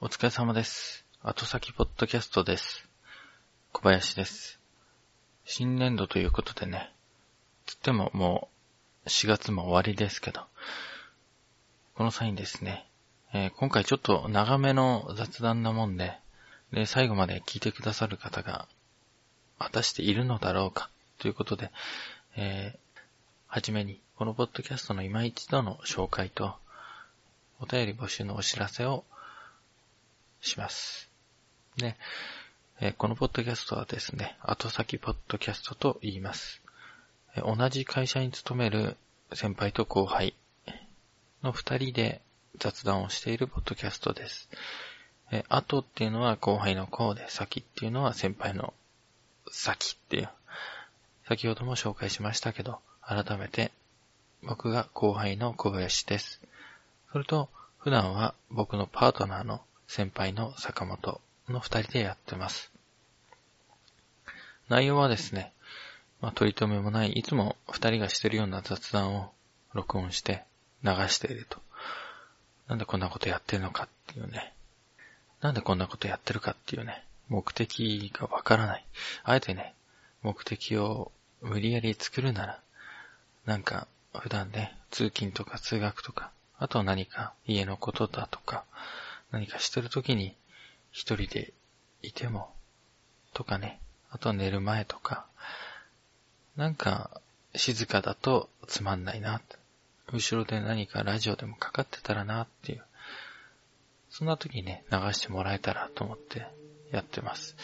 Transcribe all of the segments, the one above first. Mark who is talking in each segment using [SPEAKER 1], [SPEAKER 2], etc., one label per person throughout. [SPEAKER 1] お疲れ様です。後先ポッドキャストです。小林です。新年度ということでね、つってももう4月も終わりですけど、この際にですね、えー今回ちょっと長めの雑談なもんで、で、最後まで聞いてくださる方が果たしているのだろうかということで、えーはじめに、このポッドキャストの今一度の紹介と、お便り募集のお知らせをします。ね、えーこのポッドキャストはですね、後先ポッドキャストと言います。えー同じ会社に勤める先輩と後輩の二人で雑談をしているポッドキャストです。えー後っていうのは後輩の後で、先っていうのは先輩の先っていう。先ほども紹介しましたけど、改めて僕が後輩の小林です。それと、普段は僕のパートナーの先輩の坂本の二人でやってます。内容はですね、まあ、取り留めもない、いつも二人がしてるような雑談を録音して流していると。なんでこんなことやってるのかっていうね。なんでこんなことやってるかっていうね。目的がわからない。あえてね、目的を無理やり作るなら、なんか、普段ね、通勤とか通学とか、あと何か家のことだとか、何かしてる時に一人でいても、とかね、あと寝る前とか、なんか静かだとつまんないなって、後ろで何かラジオでもかかってたらなっていう、そんな時にね、流してもらえたらと思ってやってます。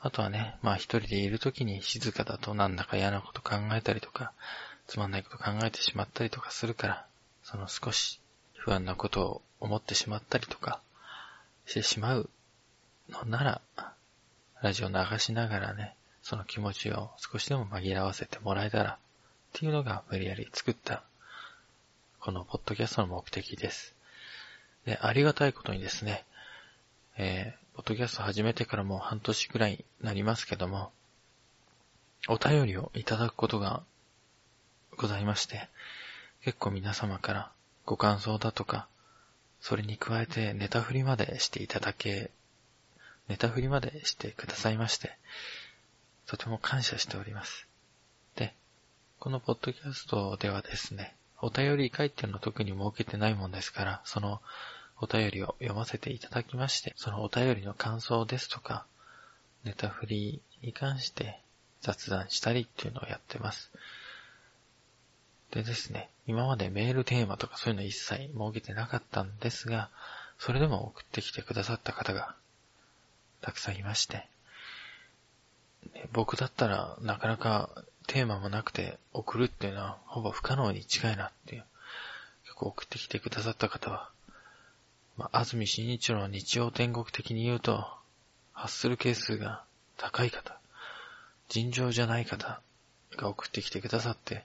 [SPEAKER 1] あとはね、まあ一人でいる時に静かだとなんだか嫌なこと考えたりとか、つまんないこと考えてしまったりとかするから、その少し不安なことを思ってしまったりとかしてしまうのなら、ラジオ流しながらね、その気持ちを少しでも紛らわせてもらえたら、っていうのが無理やり作った、このポッドキャストの目的です。で、ありがたいことにですね、えー、ポッドキャスト始めてからもう半年くらいになりますけども、お便りをいただくことがございまして、結構皆様からご感想だとか、それに加えてネタ振りまでしていただけ、ネタ振りまでしてくださいまして、とても感謝しております。で、このポッドキャストではですね、お便り会っていうのを特に設けてないもんですから、そのお便りを読ませていただきまして、そのお便りの感想ですとか、ネタ振りに関して雑談したりっていうのをやってます。でですね、今までメールテーマとかそういうの一切設けてなかったんですが、それでも送ってきてくださった方がたくさんいまして、ね僕だったらなかなかテーマもなくて送るっていうのはほぼ不可能に近いなっていう、結構送ってきてくださった方は、まあ、安住紳一郎の日曜天国的に言うと、発する係数が高い方、尋常じゃない方が送ってきてくださって、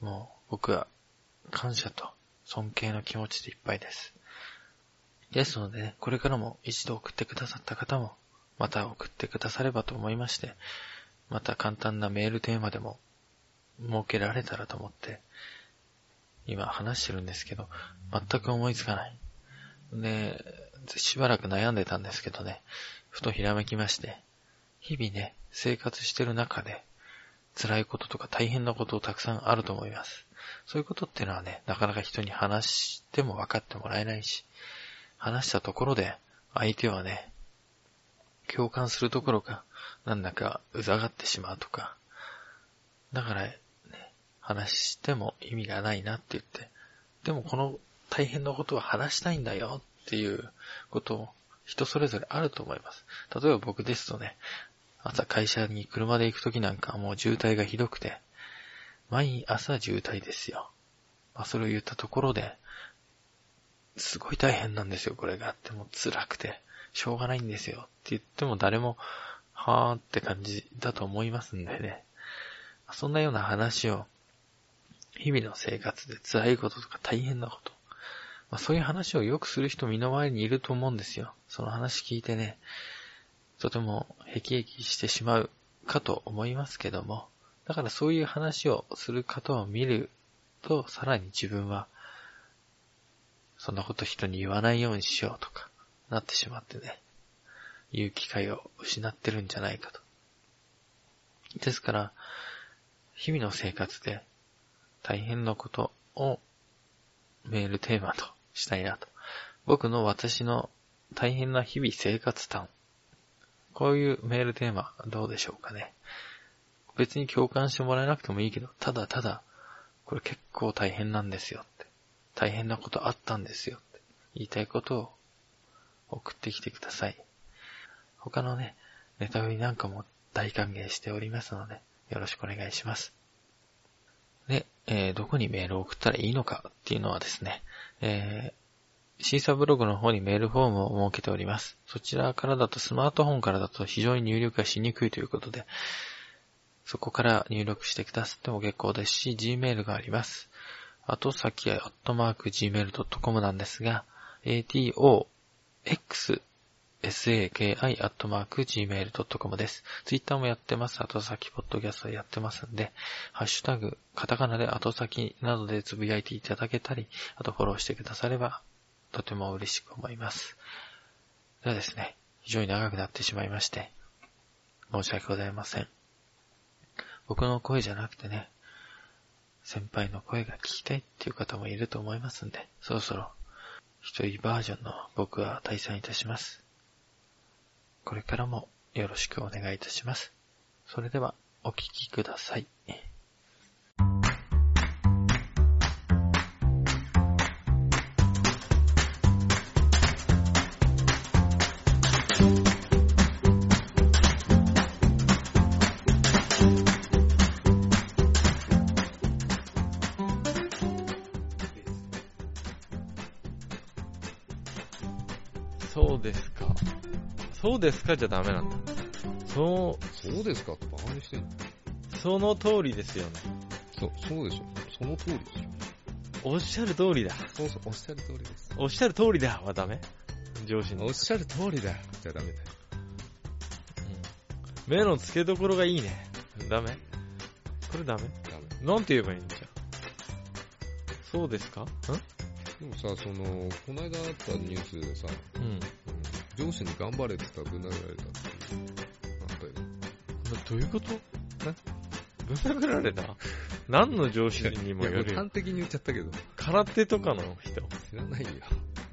[SPEAKER 1] もう僕は感謝と尊敬の気持ちでいっぱいです。ですのでね、これからも一度送ってくださった方も、また送ってくださればと思いまして、また簡単なメールテーマでも設けられたらと思って、今話してるんですけど、全く思いつかない。で、しばらく悩んでたんですけどね、ふとひらめきまして、日々ね、生活してる中で、辛いこととか大変なことたくさんあると思います。そういうことってのはね、なかなか人に話しても分かってもらえないし、話したところで相手はね、共感するどころか、なんだかうざがってしまうとか、だから、ね、話しても意味がないなって言って、でもこの大変なことは話したいんだよっていうことを人それぞれあると思います。例えば僕ですとね、朝会社に車で行くときなんかもう渋滞がひどくて、毎朝渋滞ですよ。まあそれを言ったところで、すごい大変なんですよ、これが。ってもう辛くて、しょうがないんですよ。って言っても誰も、はーって感じだと思いますんでね。そんなような話を、日々の生活で辛いこととか大変なこと、まあ、そういう話をよくする人身の回りにいると思うんですよ。その話聞いてね、とてもヘキヘキしてしまうかと思いますけども、だからそういう話をする方を見ると、さらに自分は、そんなこと人に言わないようにしようとか、なってしまってね、いう機会を失ってるんじゃないかと。ですから、日々の生活で大変なことをメールテーマとしたいなと。僕の私の大変な日々生活談。こういうメールテーマどうでしょうかね。別に共感してもらえなくてもいいけど、ただただ、これ結構大変なんですよって。大変なことあったんですよって。言いたいことを送ってきてください。他のね、ネタ振りなんかも大歓迎しておりますので、よろしくお願いします。で、えーどこにメールを送ったらいいのかっていうのはですね、えーシーサーブログの方にメールフォームを設けております。そちらからだとスマートフォンからだと非常に入力がしにくいということで、そこから入力してくださっても結構ですし、Gmail があります。あと、さっきは、アットマーク gmail.com なんですが、ato, x, saki, アットマーク gmail.com です。ツイッターもやってます。後先ポッドキャストやってますんで、ハッシュタグ、カタカナで後先などでつぶやいていただけたり、あとフォローしてくだされば、とても嬉しく思います。ではですね、非常に長くなってしまいまして、申し訳ございません。僕の声じゃなくてね、先輩の声が聞きたいっていう方もいると思いますんで、そろそろ一人バージョンの僕は退散いたします。これからもよろしくお願いいたします。それではお聞きください。
[SPEAKER 2] そうですか。そうですかじゃダメなんだ。そ
[SPEAKER 3] そうですかってバカにしてんの
[SPEAKER 2] の、その通りですよね。
[SPEAKER 3] そ、そうでしょ。その通りでし
[SPEAKER 2] おっしゃる通りだ。
[SPEAKER 3] ょ。そうそう、おっしゃる通りです。
[SPEAKER 2] おっしゃる通りだはダメ上司の。
[SPEAKER 3] おっしゃる通りだ。じゃあダメだよ。
[SPEAKER 2] 目の付けどころがいいね。ダメこれダメ
[SPEAKER 3] ダメ。
[SPEAKER 2] なんて言えばいいんじゃ。そうですかん
[SPEAKER 3] でもさ、その、この間あったニュースでさ、
[SPEAKER 2] うん。
[SPEAKER 3] うん上司に頑張れって言ったらぶん殴られたっていう。あったよね。
[SPEAKER 2] どういうことぶん殴られた何の上司にも
[SPEAKER 3] いや
[SPEAKER 2] よ
[SPEAKER 3] い
[SPEAKER 2] る
[SPEAKER 3] や
[SPEAKER 2] よ。
[SPEAKER 3] 端的に言っちゃったけど。
[SPEAKER 2] 空手とかの人。
[SPEAKER 3] 知らないよ。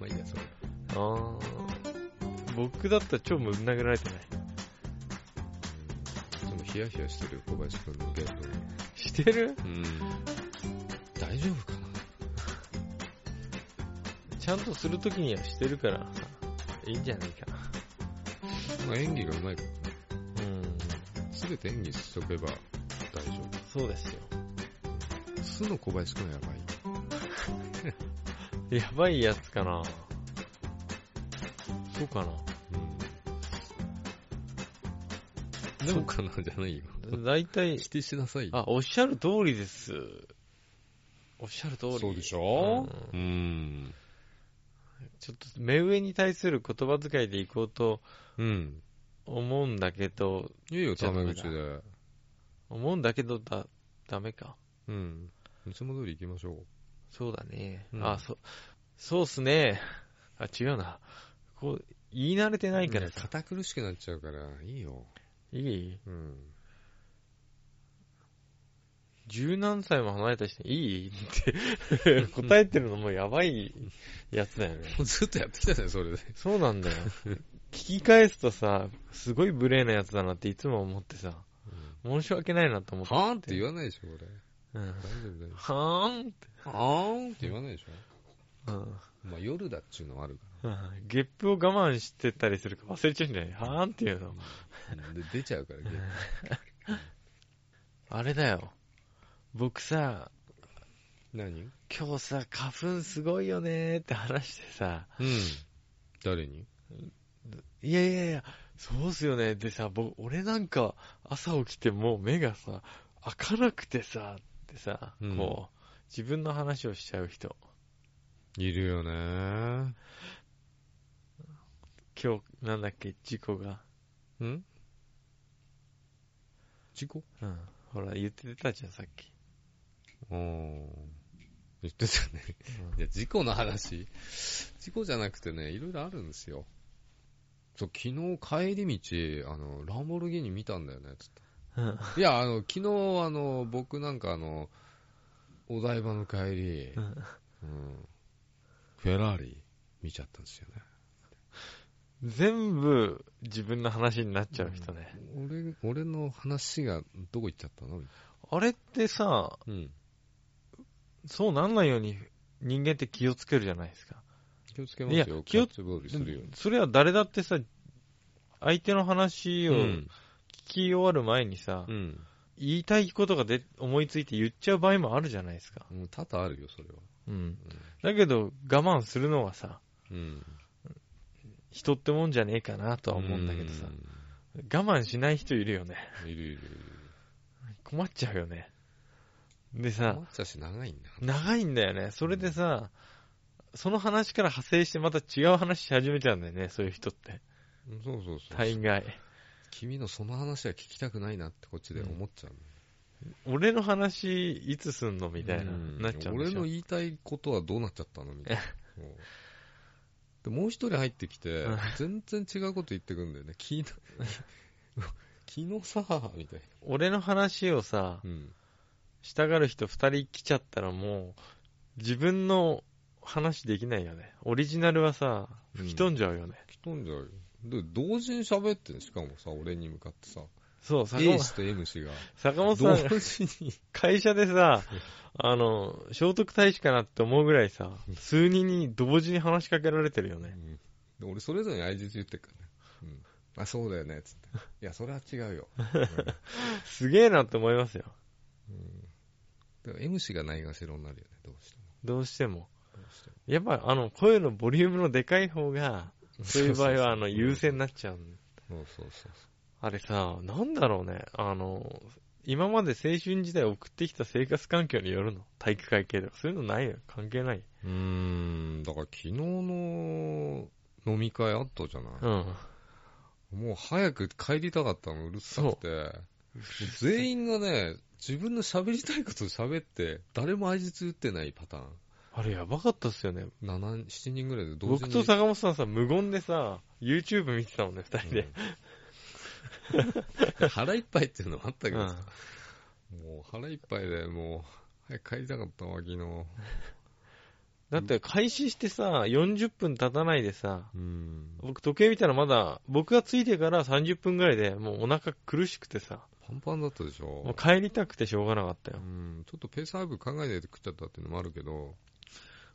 [SPEAKER 3] まあいいや、それ。
[SPEAKER 2] あー。僕だったら超ぶん殴られてない。
[SPEAKER 3] そのヒヤヒヤしてる小林くんの言動。
[SPEAKER 2] してる
[SPEAKER 3] うん。大丈夫かな
[SPEAKER 2] ちゃんとするときにはしてるからさ、いいんじゃないかな。
[SPEAKER 3] まあ演技がうまいから
[SPEAKER 2] うん、
[SPEAKER 3] すべて演技しとけば大丈
[SPEAKER 2] そうですよ。
[SPEAKER 3] 夫。素の小林くんはやばい。
[SPEAKER 2] やばいやつかな。そうか
[SPEAKER 3] うん。でもかなじゃないよ。
[SPEAKER 2] な。だいたい
[SPEAKER 3] 否、定しなさいよ。
[SPEAKER 2] あ、おっしゃる通りです。おっしゃる通り。
[SPEAKER 3] そうでし
[SPEAKER 2] ょ
[SPEAKER 3] ょうん。
[SPEAKER 2] ちょっと目上に対する言葉遣いでいこうと
[SPEAKER 3] うん。
[SPEAKER 2] 思うんだけど、
[SPEAKER 3] いいよ、
[SPEAKER 2] じゃあ
[SPEAKER 3] タメ口で。
[SPEAKER 2] 思うんだけどだ、ダメか。
[SPEAKER 3] うん。いつも通り行きましょ
[SPEAKER 2] そうだね。
[SPEAKER 3] うん
[SPEAKER 2] あ、そ、そうっすね。あ、違うな。こう、言い慣れてな
[SPEAKER 3] う。
[SPEAKER 2] いからさ。
[SPEAKER 3] 堅苦しくなっちゃうから、いいよ。
[SPEAKER 2] いい
[SPEAKER 3] うん。
[SPEAKER 2] 十何歳も離れた人いいって答えてるのもやばいやつだよね。
[SPEAKER 3] ずっとやってきたじゃん、それで。
[SPEAKER 2] そうなんだよ。 聞き返すとさ、すごい無礼なやつだなっていつも思ってさ、申し訳ないなと思って。
[SPEAKER 3] はーんって言わないでしょ、これ。
[SPEAKER 2] うん
[SPEAKER 3] 大丈夫、大丈
[SPEAKER 2] はーんって。
[SPEAKER 3] 夫。はーんって言わないでしょ。
[SPEAKER 2] うん
[SPEAKER 3] まあ、夜だっちゅうのもあるか
[SPEAKER 2] うんゲップを我慢してたりするか忘れちゃうんじゃないはーんっていうの。
[SPEAKER 3] ら。で、出ちゃう から、ゲーム
[SPEAKER 2] あれだよ。僕さ、
[SPEAKER 3] 何
[SPEAKER 2] 今日さ、花粉すごいよねーって話してさ、
[SPEAKER 3] うん。誰に
[SPEAKER 2] いやいやいや、そうっすよね。でさ、僕、俺なんか、朝起きてもう目がさ、開かなくてさ、ってさ、
[SPEAKER 3] うん
[SPEAKER 2] こう、自分の話をしちゃう人。
[SPEAKER 3] いるよねー。
[SPEAKER 2] 今日、なんだっけ、事故が。
[SPEAKER 3] ん事故
[SPEAKER 2] うん。ほら、言ってたじゃん、さっき。
[SPEAKER 3] あー言ってたね。いや、事故の話。事故じゃなくてね、いろいろあるんですよ。そう、昨日帰り道、あの、ランボルギーニ見たんだ よね、つって。
[SPEAKER 2] うん。
[SPEAKER 3] いや、あの、昨日、あの、僕なんかあの、お台場の帰り、
[SPEAKER 2] うん
[SPEAKER 3] うん、フェラーリ見ちゃったんですよね。
[SPEAKER 2] 全部自分の話になっちゃう人ね。
[SPEAKER 3] 俺、俺の話がどこ行っちゃったのみた
[SPEAKER 2] あれってさ、
[SPEAKER 3] いなうん。
[SPEAKER 2] そうなんないように人間って気をつけるじゃないですか。
[SPEAKER 3] 気をつけますよ。
[SPEAKER 2] いや気を
[SPEAKER 3] キャッチボールするよ。
[SPEAKER 2] それは誰だってさ、相手の話を
[SPEAKER 3] う
[SPEAKER 2] 聞
[SPEAKER 3] ん
[SPEAKER 2] き終わる前にさ、
[SPEAKER 3] うん。
[SPEAKER 2] 言いたいことがで思いついて言っちゃう場合もあるじゃないですか。
[SPEAKER 3] もう多々あるよ、それは。
[SPEAKER 2] うん。だけど我慢するのはさ、
[SPEAKER 3] うん。
[SPEAKER 2] 人ってもんじゃねえかなとは思うんだけどさ、我慢しない人いるよね。
[SPEAKER 3] うん。いるいるいる。
[SPEAKER 2] 困っちゃうよね。でさ、
[SPEAKER 3] マッチャし長いんだ。
[SPEAKER 2] 長いんだよね。それでさ、その話から派生してまた違う話し始めちゃうんだよね、そういう人って。
[SPEAKER 3] うんそうそうそう。
[SPEAKER 2] 大概。
[SPEAKER 3] 君のその話は聞きたくないなってこっちで思っちゃう。
[SPEAKER 2] 俺の話、いつすんのみたいな、
[SPEAKER 3] うん
[SPEAKER 2] なっちゃうんで
[SPEAKER 3] 俺
[SPEAKER 2] しょ
[SPEAKER 3] の言いたいことはどうなっちゃったのみたい な。そうで、もう一人入ってきて
[SPEAKER 2] うん、
[SPEAKER 3] 全然違うこと言ってくんだよね。 昨日、昨日さ、みたい
[SPEAKER 2] 俺の話をさ、
[SPEAKER 3] な。うん。
[SPEAKER 2] したがる人二人来ちゃったらもう、自分の話できないよね。オリジナルはさ、吹き飛んじゃうよね。
[SPEAKER 3] 来とんじゃうよ。で、同時に喋ってんしかもさ、俺に向かってさ。
[SPEAKER 2] そう、坂
[SPEAKER 3] A
[SPEAKER 2] 本
[SPEAKER 3] 氏と M 氏が、
[SPEAKER 2] 坂
[SPEAKER 3] 同
[SPEAKER 2] 本
[SPEAKER 3] 時
[SPEAKER 2] さんが
[SPEAKER 3] に、
[SPEAKER 2] 会社でさ、あの、聖徳太子かなって思うぐらいさ、数人に同時に話しかけられてるよね。
[SPEAKER 3] で俺それぞれに相槌言ってっからね。うん。あ、そうだよね、つって。いや、それは違うよ。
[SPEAKER 2] すげえなって思いますよ。
[SPEAKER 3] うん、でも M 氏がないがしろになるよね、どうしても。
[SPEAKER 2] どうしても。
[SPEAKER 3] どうしても
[SPEAKER 2] やっぱあの、声のボリュームのでかい方が、 そういう場合はあの、優先になっちゃう。
[SPEAKER 3] そうそうそうそ
[SPEAKER 2] あれさ、なんだろうね。あの、今まで青春時代送ってきた生活環境によるの。体育会系とか、そういうのないよ。関係ない。
[SPEAKER 3] う。うーん、だから昨日の飲み会あったじゃない、
[SPEAKER 2] うん。
[SPEAKER 3] もう早く帰りたかったのうるさくて。全員がね、自分の喋りたいこと喋って、誰も相槌打ってないパターン。
[SPEAKER 2] あれやばかったっすよね。
[SPEAKER 3] 7、7人ぐらいで同時
[SPEAKER 2] 僕
[SPEAKER 3] に。
[SPEAKER 2] と坂本さんさ、無言でさ、YouTube 見てたもんね、二人で。
[SPEAKER 3] うん 腹いっぱいっていうのもあったけ
[SPEAKER 2] う
[SPEAKER 3] ど
[SPEAKER 2] ん
[SPEAKER 3] さ、。もう腹いっぱいで、もう、早く帰りたかったわ、昨日。
[SPEAKER 2] だって開始してさ、40分経たないでさ、
[SPEAKER 3] うん。
[SPEAKER 2] 僕時計見たらまだ、僕が着いてから30分ぐらいで、もうお腹苦しくてさ、
[SPEAKER 3] パンパンだったでし
[SPEAKER 2] もう
[SPEAKER 3] ょ。
[SPEAKER 2] 帰りたくてしょうがなかった
[SPEAKER 3] う
[SPEAKER 2] よ。
[SPEAKER 3] ん、ちょっとペース配分考えて食っちゃったっていうのもあるけど、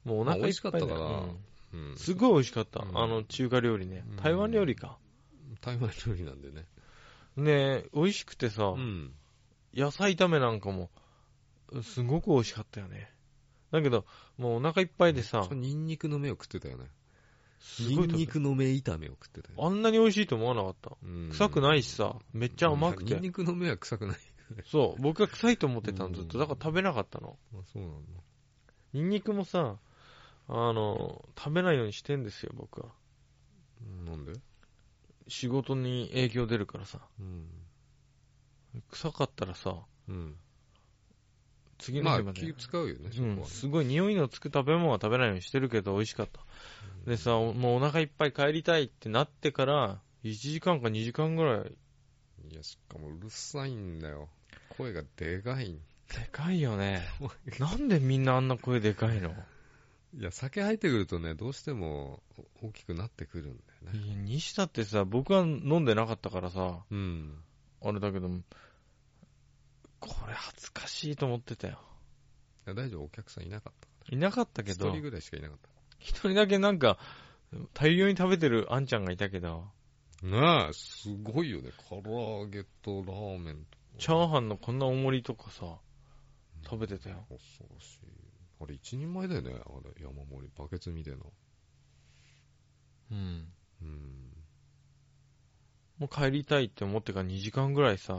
[SPEAKER 2] もうお腹いっぱい
[SPEAKER 3] まあ美味しかったから
[SPEAKER 2] うん
[SPEAKER 3] うん、
[SPEAKER 2] すごい美味しかった。
[SPEAKER 3] うん
[SPEAKER 2] あの、中華料理ね
[SPEAKER 3] うん。
[SPEAKER 2] 台湾料理か。
[SPEAKER 3] 台湾料理なんでね。
[SPEAKER 2] ねえ、美味しくてさ
[SPEAKER 3] う、ん。
[SPEAKER 2] 野菜炒めなんかも、すごく美味しかったよね。だけど、もうお腹いっぱいでさ
[SPEAKER 3] ちょ、ニンニクの芽を食ってたよね。
[SPEAKER 2] す
[SPEAKER 3] ニ
[SPEAKER 2] ご
[SPEAKER 3] ン
[SPEAKER 2] い食べ
[SPEAKER 3] ニクの芽炒めを食ってたよ、
[SPEAKER 2] あんなに美味しいと思わなかった。
[SPEAKER 3] うん
[SPEAKER 2] 臭くないしさ、めっちゃ甘く
[SPEAKER 3] ニン
[SPEAKER 2] て。
[SPEAKER 3] ニクの芽は臭くない。
[SPEAKER 2] そう、僕は臭いと思ってたのずっ
[SPEAKER 3] う
[SPEAKER 2] と。
[SPEAKER 3] ん
[SPEAKER 2] だから食べなかったの。
[SPEAKER 3] あ、そうなの
[SPEAKER 2] ニンニクもさ、あの、食べないようにしてんですよ、僕は。
[SPEAKER 3] うんなんで
[SPEAKER 2] 仕事に影響出るからさ。
[SPEAKER 3] うん。
[SPEAKER 2] 臭かったらさ、
[SPEAKER 3] うん。
[SPEAKER 2] 次の
[SPEAKER 3] ま
[SPEAKER 2] 日
[SPEAKER 3] あ
[SPEAKER 2] ま、
[SPEAKER 3] 気
[SPEAKER 2] で。
[SPEAKER 3] 使うよね、そこは
[SPEAKER 2] う
[SPEAKER 3] ね、
[SPEAKER 2] ん、すごい匂いのつく食べ物は食べないようにしてるけど美味しかった。でさ、おもうお腹いっぱい帰りたいってなってから、1時間か2時間ぐらい。
[SPEAKER 3] いや、しかもうるさいんだよ。声がでかい。
[SPEAKER 2] でかいよね。なんでみんなあんな声でかいの
[SPEAKER 3] いや、酒入ってくるとね、どうしてもお大きくなってくるんだよね。
[SPEAKER 2] いや西田ってさ、僕は飲んでなかったからさ、
[SPEAKER 3] うん。
[SPEAKER 2] あれだけど、これ恥ずかしいと思ってたよ。
[SPEAKER 3] いや大丈夫、お客さんいなかっ
[SPEAKER 2] いなかった
[SPEAKER 3] た。
[SPEAKER 2] け
[SPEAKER 3] 一
[SPEAKER 2] ど。
[SPEAKER 3] 人ぐらいしかいなかっ
[SPEAKER 2] 一人だけなんか、大量に食べてるあんちゃんがいたけど、
[SPEAKER 3] た。なあ、すごいよね。唐揚げとラーメンと。
[SPEAKER 2] チャーハンのこんな大盛りとかさ、食べてたよ。
[SPEAKER 3] 恐ろしい。あれ、一人前だよね。あれ、山盛り、バケツみたいな。
[SPEAKER 2] うん。
[SPEAKER 3] うん。
[SPEAKER 2] もう帰りたいって思ってから2時間ぐらいさ、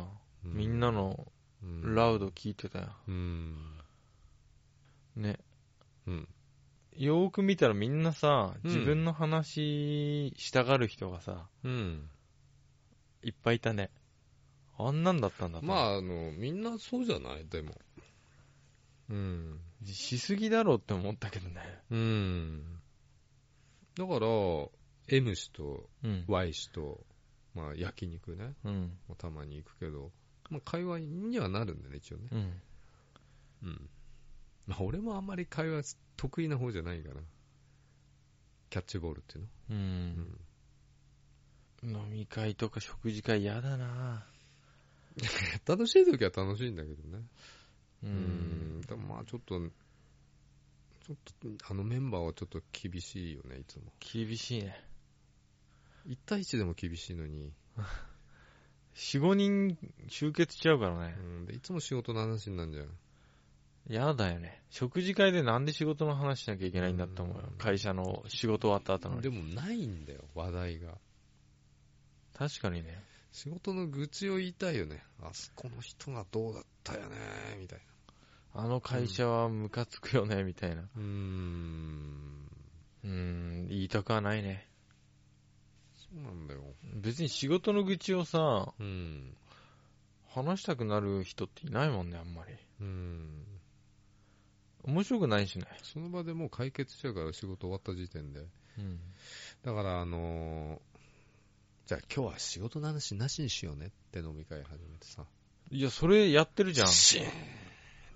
[SPEAKER 3] う
[SPEAKER 2] みんな、の
[SPEAKER 3] うん
[SPEAKER 2] ラウド。聞いてたよ。
[SPEAKER 3] うん。
[SPEAKER 2] ね。
[SPEAKER 3] うん。
[SPEAKER 2] よーく見たらみんなさ、
[SPEAKER 3] うん
[SPEAKER 2] 自分の話したがる人がさ、
[SPEAKER 3] うん。
[SPEAKER 2] いっぱいいたね。あんなんだったんだと。
[SPEAKER 3] ま
[SPEAKER 2] あ、
[SPEAKER 3] あ、あの、みんなそうじゃないでも。うん。
[SPEAKER 2] しすぎだろって思ったけどね。
[SPEAKER 3] うん。だから、M 氏と
[SPEAKER 2] うん。
[SPEAKER 3] Y 氏と、まあ、焼肉ね、
[SPEAKER 2] うん。
[SPEAKER 3] たまに行くけど、まあ、会話にはなるんだね、一応ね。
[SPEAKER 2] うん。
[SPEAKER 3] うん。まあ、俺もあんまり会話得意な方じゃないから。キャッチボールっていうの。
[SPEAKER 2] う。
[SPEAKER 3] うんん。
[SPEAKER 2] 飲み会とか食事会嫌だな
[SPEAKER 3] 楽しい時は楽しいんだけどね。
[SPEAKER 2] う。
[SPEAKER 3] うんん。でもまあ、ちょっと、ちょっと、あのメンバーはちょっと厳しいよね、いつも。
[SPEAKER 2] 厳しいね。
[SPEAKER 3] 1対1でも厳しいのに。
[SPEAKER 2] 4、5人集結しちゃうからね
[SPEAKER 3] う。ん。で、いつも仕事の話になるじゃん。
[SPEAKER 2] 嫌だよね。食事会でなんで仕事の話しなきゃいけないんだって思うよ
[SPEAKER 3] うん。
[SPEAKER 2] 会社の仕事終わった後の。
[SPEAKER 3] でもないんだよ、話題が。
[SPEAKER 2] 確かにね。
[SPEAKER 3] 仕事の愚痴を言いたいよね。あそこの人がどうだったよね、みたい
[SPEAKER 2] あの会社はムカつくよね、みたいな。
[SPEAKER 3] な。うーん。
[SPEAKER 2] うーん、言いたくはないね。
[SPEAKER 3] そうなんだよ。
[SPEAKER 2] 別に仕事の愚痴をさ、
[SPEAKER 3] うん。
[SPEAKER 2] 話したくなる人っていないもんね、あんまり。
[SPEAKER 3] うん。
[SPEAKER 2] 面白くないしね。
[SPEAKER 3] その場でもう解決しちゃうから、仕事終わった時点で。
[SPEAKER 2] うん。
[SPEAKER 3] だから、あのーじゃあ今日は仕事の話なしにしようねって飲み会始めてさ。
[SPEAKER 2] いや、それやってるじゃん。
[SPEAKER 3] シーン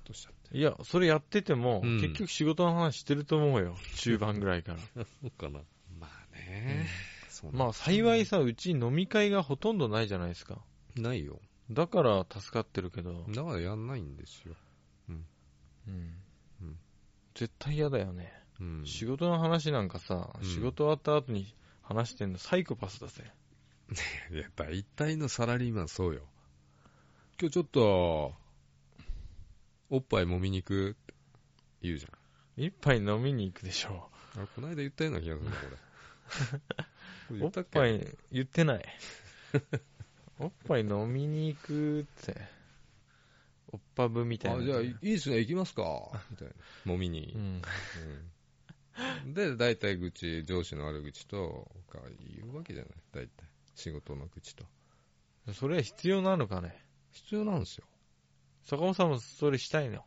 [SPEAKER 3] としちゃって。
[SPEAKER 2] いや、それやってても、
[SPEAKER 3] うん
[SPEAKER 2] 結局仕事の話してると思うよ。中盤ぐらい から。
[SPEAKER 3] そうかな。まあね。そう
[SPEAKER 2] まあ、幸いさ、うち飲み会がほとんどないじゃないですか。
[SPEAKER 3] あ、ないよ。
[SPEAKER 2] だから助かってるけど、
[SPEAKER 3] だからやんないんですよ。
[SPEAKER 2] うん
[SPEAKER 3] うん
[SPEAKER 2] 絶対嫌だよね。
[SPEAKER 3] うん。
[SPEAKER 2] 仕事の話なんかさ、
[SPEAKER 3] うん
[SPEAKER 2] 仕事終わった後に話してんのサイコパスだぜ。
[SPEAKER 3] いや、大体のサラリーマンそうよ。今日ちょっと、おっぱい揉みに行くって言うじ
[SPEAKER 2] 一杯飲みに行くでしょ。
[SPEAKER 3] ゃん。あれ、この間言ったような気がするな、 これ。これ
[SPEAKER 2] お
[SPEAKER 3] 言
[SPEAKER 2] った
[SPEAKER 3] っ
[SPEAKER 2] ぱ
[SPEAKER 3] け
[SPEAKER 2] い言って ない。おっぱい飲みに行くって。おっぱぶみたいな。
[SPEAKER 3] あ、じゃあ、いいですね、行きますか。みたいな。揉みに
[SPEAKER 2] う。ん。
[SPEAKER 3] うんで、大体愚痴、上司の悪口とか言うわけじゃない。大体。仕事の愚痴と。
[SPEAKER 2] それは必要なのかね。
[SPEAKER 3] 必要なんですよ。
[SPEAKER 2] 坂本さんもそれしたいの。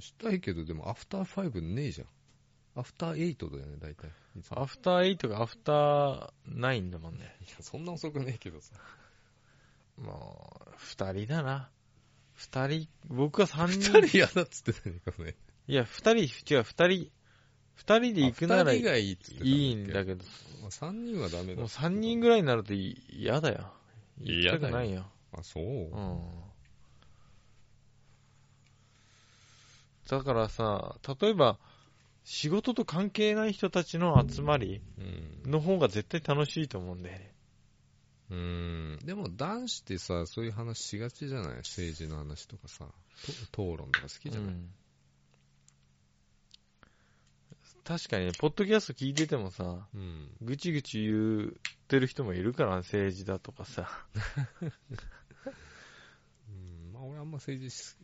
[SPEAKER 3] したいけど、でも、アフターファイブねえじゃん。アフターエイトだよね、大体。いつも
[SPEAKER 2] アフター8がアフター9だもんね。
[SPEAKER 3] いやそんな遅くねえけどさ。
[SPEAKER 2] もう、二人だな。二人、僕は三人。
[SPEAKER 3] 二人嫌だっつってたね、これ。
[SPEAKER 2] いや、二人、違う、二人、二人で行くな
[SPEAKER 3] あ
[SPEAKER 2] ら
[SPEAKER 3] 二人
[SPEAKER 2] い
[SPEAKER 3] がいいっつってた
[SPEAKER 2] いんだ
[SPEAKER 3] け
[SPEAKER 2] けど、
[SPEAKER 3] ど。三人はダメだ。
[SPEAKER 2] もう三人ぐらいになるとい嫌だよ。行
[SPEAKER 3] 嫌だよ
[SPEAKER 2] きたくないよ。
[SPEAKER 3] あ、そう。
[SPEAKER 2] うん。だからさ、例えば、仕事と関係ない人たちの集まり
[SPEAKER 3] うん。
[SPEAKER 2] の方が絶対楽しいと思うんだよね。
[SPEAKER 3] うん。でも男子ってさ、そういう話しがちじゃない政治の話とかさ、と討論とか好きじゃ
[SPEAKER 2] う
[SPEAKER 3] ない、
[SPEAKER 2] ん確かにね、ポッドキャスト聞いててもさ、
[SPEAKER 3] うん、
[SPEAKER 2] ぐちぐち言ってる人もいるから、政治だとかさ。
[SPEAKER 3] うん。まあ俺あんま政治し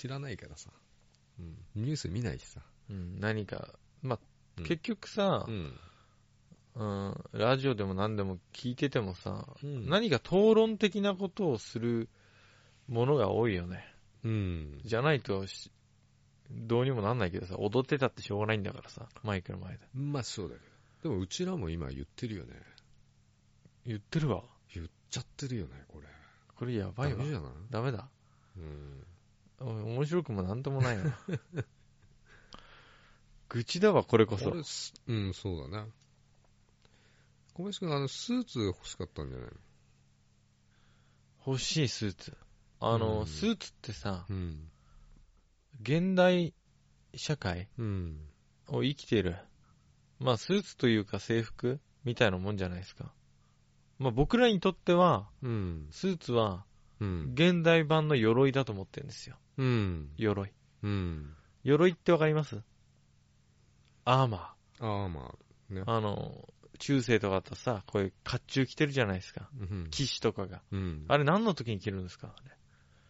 [SPEAKER 3] 知らないからさ。うん。ニュース見ないしさ。
[SPEAKER 2] うん、何か、まあ
[SPEAKER 3] うん
[SPEAKER 2] 結局さ
[SPEAKER 3] う、ん。
[SPEAKER 2] うんラジオでも何でも聞いててもさ、
[SPEAKER 3] うん
[SPEAKER 2] 何か討論的なことをするものが多いよね。
[SPEAKER 3] うん。
[SPEAKER 2] じゃないとしどうにもなんないけどさ、踊ってたってしょうがないんだからさ、マイクの前で。
[SPEAKER 3] まあそうだけど。でもうちらも今言ってるよね。
[SPEAKER 2] 言ってるわ。
[SPEAKER 3] 言っちゃってるよね、これ。
[SPEAKER 2] これやばい
[SPEAKER 3] ダ
[SPEAKER 2] わ
[SPEAKER 3] メ。じゃない
[SPEAKER 2] ダメだ。
[SPEAKER 3] うん。
[SPEAKER 2] お面白くもなんともない わ。愚痴だわ、これこそ。
[SPEAKER 3] 俺すうん、そうだね。小林くん、あの、スーツ欲しかったんじゃないの
[SPEAKER 2] 欲しいスーツ。あの、
[SPEAKER 3] うん
[SPEAKER 2] スーツってさ、
[SPEAKER 3] うん。
[SPEAKER 2] 現代社会
[SPEAKER 3] うん。
[SPEAKER 2] を生きている。まあ、スーツというか制服みたいなもんじゃないですか。まあ、僕らにとっては、
[SPEAKER 3] うん。
[SPEAKER 2] スーツは
[SPEAKER 3] うん。
[SPEAKER 2] 現代版の鎧だと思ってるんですよ。
[SPEAKER 3] うん。
[SPEAKER 2] 鎧。
[SPEAKER 3] うん。
[SPEAKER 2] 鎧ってわかりますアーマ
[SPEAKER 3] ああ、まあ、ね
[SPEAKER 2] ー。。あの、中世とかだとさ、こういう甲冑着てるじゃないですか。
[SPEAKER 3] うん。
[SPEAKER 2] 騎士とかが。
[SPEAKER 3] うん。
[SPEAKER 2] あれ何の時に着るんですかあ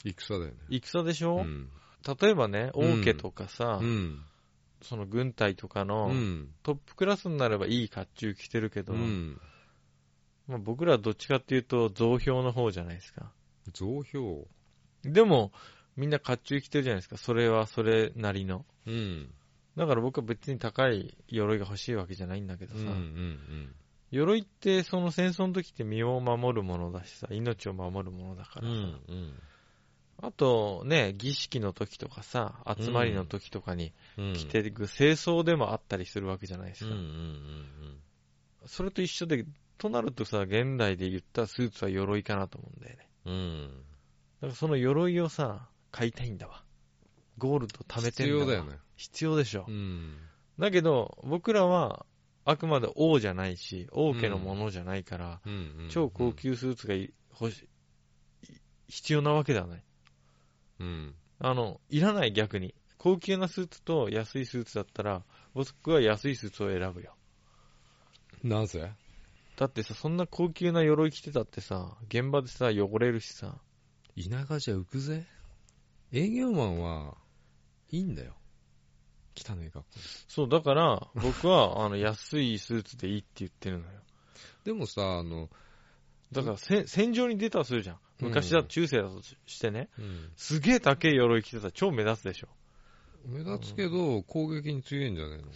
[SPEAKER 2] れ
[SPEAKER 3] 戦だよね。
[SPEAKER 2] 戦でしょ、
[SPEAKER 3] うん。
[SPEAKER 2] 例えばね、王家とかさ、
[SPEAKER 3] うん。
[SPEAKER 2] その軍隊とか
[SPEAKER 3] う
[SPEAKER 2] の
[SPEAKER 3] ん。
[SPEAKER 2] トップクラスになればいい甲冑着てるけど、
[SPEAKER 3] うん。
[SPEAKER 2] まあ、僕らはどっちかっていうと、増票の方じゃないですか。
[SPEAKER 3] 増票。
[SPEAKER 2] でも、みんな甲冑着てるじゃないですか。それはそれなりの。
[SPEAKER 3] うん。
[SPEAKER 2] だから僕は別に高い鎧が欲しいわけじゃないんだけど
[SPEAKER 3] うん。う
[SPEAKER 2] さ。
[SPEAKER 3] ん。うん。
[SPEAKER 2] 鎧ってその戦争の時って身を守るものだしさ、命を守るものだから
[SPEAKER 3] う
[SPEAKER 2] さ。
[SPEAKER 3] ん。うん。
[SPEAKER 2] あとね、儀式の時とかさ、集まりの時とかに
[SPEAKER 3] うん。
[SPEAKER 2] 着ていく清掃でもあったりするわけじゃないです
[SPEAKER 3] うん。
[SPEAKER 2] か。
[SPEAKER 3] うん。うん。
[SPEAKER 2] それと一緒で、となるとさ、現代で言ったらスーツは鎧かなと思うんだよね。
[SPEAKER 3] うん。
[SPEAKER 2] だからその鎧をさ、買いたいんだわ。ゴールド貯めて
[SPEAKER 3] 必
[SPEAKER 2] んだわ
[SPEAKER 3] 要だよね。
[SPEAKER 2] 必要でしょ。
[SPEAKER 3] うん。
[SPEAKER 2] だけど、僕らは、あくまで王じゃないし、王家のものじゃないから、
[SPEAKER 3] うんうん。
[SPEAKER 2] 超高級スーツがい欲しい必要なわけではない。
[SPEAKER 3] うん。
[SPEAKER 2] あの、いらない逆に。高級なスーツと安いスーツだったら、僕は安いスーツを選ぶよ。
[SPEAKER 3] なぜ
[SPEAKER 2] だってさ、そんな高級な鎧着てたってさ、現場でさ、汚れるしさ、
[SPEAKER 3] 田舎じゃ浮くぜ。営業マンは、いいんだよ。汚い格好。
[SPEAKER 2] そう、だから、僕は、あの、安いスーツでいいって言ってるのよ。
[SPEAKER 3] でもさ、あの、
[SPEAKER 2] だから、せ戦場に出たらするじゃん。昔だ
[SPEAKER 3] うん
[SPEAKER 2] と中世だとししてね、すげえ高い鎧着てたら超目立つでしょ。
[SPEAKER 3] 目立つけど、攻撃に強いんじゃないの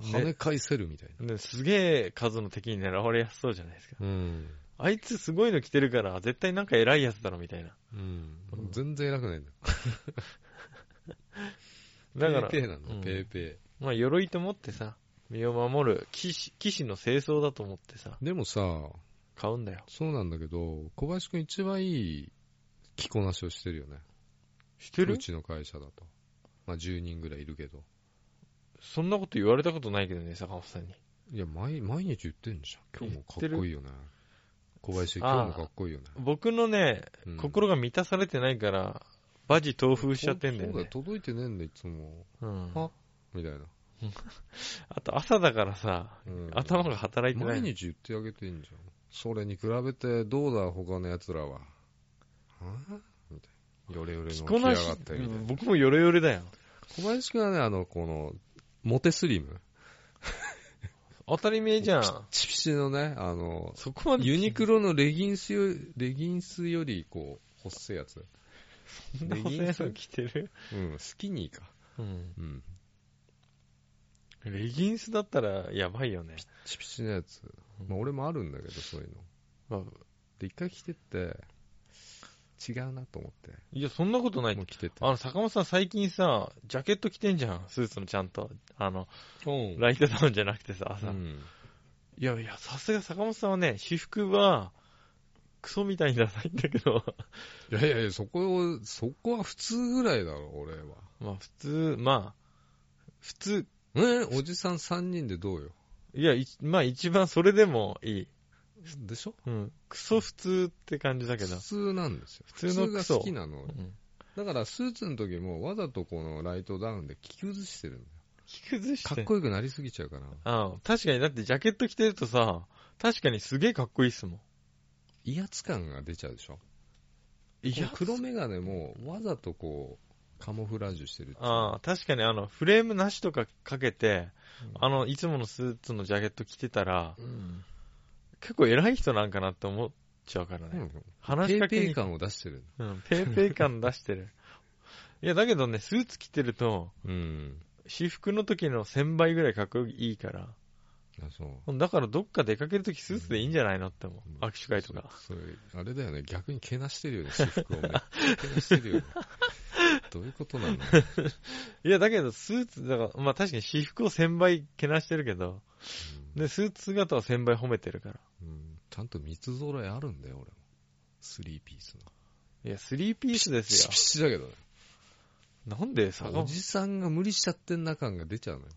[SPEAKER 3] 跳ね
[SPEAKER 2] ね
[SPEAKER 3] 返せるみたい
[SPEAKER 2] ねすげえ数の敵に狙われやすそうじゃないですか。
[SPEAKER 3] な。うん。
[SPEAKER 2] あいつすごいの着てるから、絶対なんか偉いやつだろみたいな。
[SPEAKER 3] うん
[SPEAKER 2] うん。
[SPEAKER 3] 全然偉くないんだよ。
[SPEAKER 2] だから、
[SPEAKER 3] ペーペーなの、
[SPEAKER 2] うん
[SPEAKER 3] ペーペー。
[SPEAKER 2] まあ、鎧と思ってさ、身を守る騎士、騎士の清掃だと思ってさ、
[SPEAKER 3] でもさ、
[SPEAKER 2] 買うんだよ。
[SPEAKER 3] そうなんだけど、小林くん一番いい着こなしをしてるよね。
[SPEAKER 2] して
[SPEAKER 3] う
[SPEAKER 2] る
[SPEAKER 3] ちの会社だと。まあ10人ぐらいいるけど。
[SPEAKER 2] そんなこと言われたことないけどね、坂本さんに。
[SPEAKER 3] いや、毎毎日言ってんじゃん。今日もかっこいいよね。小林、
[SPEAKER 2] ああ
[SPEAKER 3] 今日もかっこいいよね。
[SPEAKER 2] 僕のね、
[SPEAKER 3] うん
[SPEAKER 2] 心が満たされてないから、バジ豆腐しちゃってんだよ
[SPEAKER 3] そうだ
[SPEAKER 2] ね。
[SPEAKER 3] 届いてねえんだよ、いつも。
[SPEAKER 2] うん、
[SPEAKER 3] あみたいな。
[SPEAKER 2] あと朝だからさ、
[SPEAKER 3] うん
[SPEAKER 2] 頭が働いてな
[SPEAKER 3] 毎
[SPEAKER 2] い。
[SPEAKER 3] 日言ってあげていいんじゃん。それに比べて、どうだ、他の奴らは。はぁみたいな。ヨレヨレの起
[SPEAKER 2] 着
[SPEAKER 3] き
[SPEAKER 2] こ
[SPEAKER 3] 上が
[SPEAKER 2] な
[SPEAKER 3] っ
[SPEAKER 2] し、
[SPEAKER 3] てみたいな。
[SPEAKER 2] 僕もヨレヨレだよ。
[SPEAKER 3] 小林くんはね、あの、この、モテスリム。
[SPEAKER 2] 当たり前じゃん。
[SPEAKER 3] チピチのね、あの、
[SPEAKER 2] そこまで
[SPEAKER 3] ユニクロのレギンスよ、レギンスより、こう、細いやつ。
[SPEAKER 2] そんな細いやつ着てる、
[SPEAKER 3] うん、スキニーか。
[SPEAKER 2] うん、
[SPEAKER 3] うん。
[SPEAKER 2] レギンスだったらやばいよね。
[SPEAKER 3] チピチのやつ。まあ、俺もあるんだけど、そういうの。
[SPEAKER 2] まあ、
[SPEAKER 3] で、一回着てって、違うなと思って。
[SPEAKER 2] いや、そんなことない
[SPEAKER 3] もう。着てて。
[SPEAKER 2] あの、坂本さん最近さ、ジャケット着てんじゃん。スーツのちゃんと。あの、
[SPEAKER 3] うん。
[SPEAKER 2] ライトダウンじゃなくてさ、朝。
[SPEAKER 3] うん。
[SPEAKER 2] いやいや、さすが坂本さんはね、私服は、クソみたいにならないんだけど、
[SPEAKER 3] いやいやいや、そこを、そこは普通ぐらいだろ、俺は。
[SPEAKER 2] まあ普通、まあ、普通、
[SPEAKER 3] えおじさん3人でどうよ。
[SPEAKER 2] いや、いまあ一番それでもいい。
[SPEAKER 3] でしょ
[SPEAKER 2] うん。クソ普通って感じだけ
[SPEAKER 3] 普
[SPEAKER 2] ど。
[SPEAKER 3] 通なんですよ。
[SPEAKER 2] 普通のク
[SPEAKER 3] が
[SPEAKER 2] ソ
[SPEAKER 3] 好きなの
[SPEAKER 2] う。ん。
[SPEAKER 3] だからスーツの時もわざとこのライトダウンで着崩してるんだよ。
[SPEAKER 2] 着崩して。
[SPEAKER 3] かっこよくなりすぎちゃうから。
[SPEAKER 2] ああ確かに、だってジャケット着てるとさ、確かにすげえかっこいいっすもん。
[SPEAKER 3] 威圧感が出ちゃうでしょ
[SPEAKER 2] い
[SPEAKER 3] この黒眼鏡もわざとこう、カモフラージュしてるっていう
[SPEAKER 2] ああ、確かにあの、フレームなしとかかけて、
[SPEAKER 3] うん
[SPEAKER 2] あの、いつものスーツのジャケット着てたら、
[SPEAKER 3] うん。
[SPEAKER 2] 結構偉い人なんかなって思っちゃうからね。話
[SPEAKER 3] ペ
[SPEAKER 2] しか
[SPEAKER 3] ーペ
[SPEAKER 2] け
[SPEAKER 3] ー
[SPEAKER 2] に、
[SPEAKER 3] 感を出してる。
[SPEAKER 2] うん、ペーペー感出してる。いや、だけどね、スーツ着てると、
[SPEAKER 3] うん。
[SPEAKER 2] 私服の時の1000倍ぐらいかっこいいから、
[SPEAKER 3] あ、そう。
[SPEAKER 2] だからどっか出かける時スーツでいいんじゃないのって思
[SPEAKER 3] うん
[SPEAKER 2] う。握手会とか。
[SPEAKER 3] それ、あれだよね、逆にけなしてるよね、私 服をね。けなしてるよね。どういうことなの
[SPEAKER 2] いや、だけどスーツ、だから、まあ確かに私服を1000倍けなしてるけど、で、スーツ姿は1000倍褒めてるから。
[SPEAKER 3] うんちゃんと三つ揃えあるんだよ、俺も。スリーピースの。
[SPEAKER 2] いや、3ピースです
[SPEAKER 3] ピ
[SPEAKER 2] よ
[SPEAKER 3] シ。ピシだけどね。
[SPEAKER 2] なんで坂
[SPEAKER 3] お
[SPEAKER 2] 本
[SPEAKER 3] じさんが無理しちゃってんな感が出ちゃうのよ。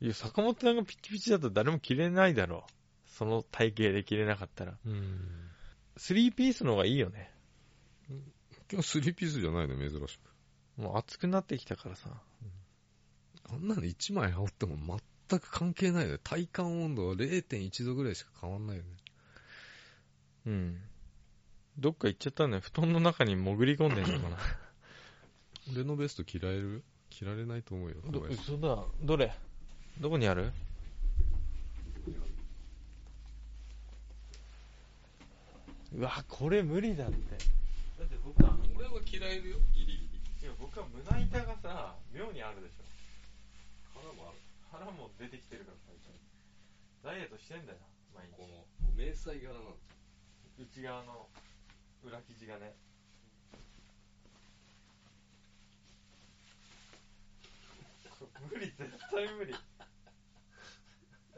[SPEAKER 2] いや、坂本さんがピッチピチだと誰も着れないだろう。その体型で着れなかったら。
[SPEAKER 3] うん。
[SPEAKER 2] スリーピースの方がいいよね。
[SPEAKER 3] 今日スリーピースじゃないの、珍しく。
[SPEAKER 2] もう暑くなってきたからさ。
[SPEAKER 3] あんなの一枚羽織っても全く関係ないよね。体感温度は0.1度ぐらいしか変わんないよね。
[SPEAKER 2] うん。どっか行っちゃったんだよ。布団の中に潜り込んでんのかな。
[SPEAKER 3] 俺のベスト着られる着られないと思うよ、小林
[SPEAKER 2] 嘘だ。どれどこにあるうわ、これ無理だって。だって僕は、
[SPEAKER 3] 俺は着られるよ、ギリギリ。
[SPEAKER 2] 違う、僕は胸板がさ、妙にあるでしょ。
[SPEAKER 3] 腹もある。
[SPEAKER 2] 腹も出てきてるから最近。ダイエットしてんだよ、毎日。
[SPEAKER 3] この、迷彩柄なんです
[SPEAKER 2] 内側の裏生地がね。無理、絶対無理。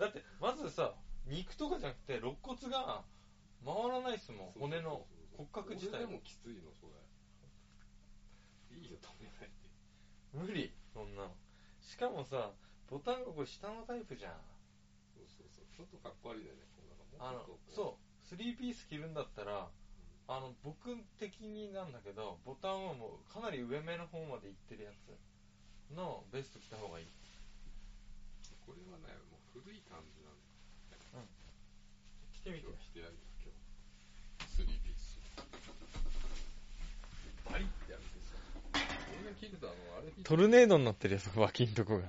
[SPEAKER 2] だって、まずさ、肉とかじゃなくて、肋骨が回らないっすもん、骨の骨格自体
[SPEAKER 3] 俺で
[SPEAKER 2] も
[SPEAKER 3] も。きついの、それ。いいよ、止めない
[SPEAKER 2] 無
[SPEAKER 3] で。
[SPEAKER 2] 理、そんなの。しかもさ、ボタンここ下のタイプじゃん。
[SPEAKER 3] そうそうそう。ちょっとかっこ悪いだよね、こんなのも
[SPEAKER 2] あ
[SPEAKER 3] ちょ
[SPEAKER 2] の
[SPEAKER 3] っ、とこ
[SPEAKER 2] そう、スリーピース着るんだったら、あの、僕的になんだけど、ボタンはもうかなり上目の方までいってるやつのベスト着た方がいい。
[SPEAKER 3] う。これはね、もう古い感じなんだ
[SPEAKER 2] 着てみて
[SPEAKER 3] 今。日着てやるよ、今日。スリーピース。バリってやるでしょ。俺が着てたの、あれ着て
[SPEAKER 2] トルネードになってるやつ、脇んとこが。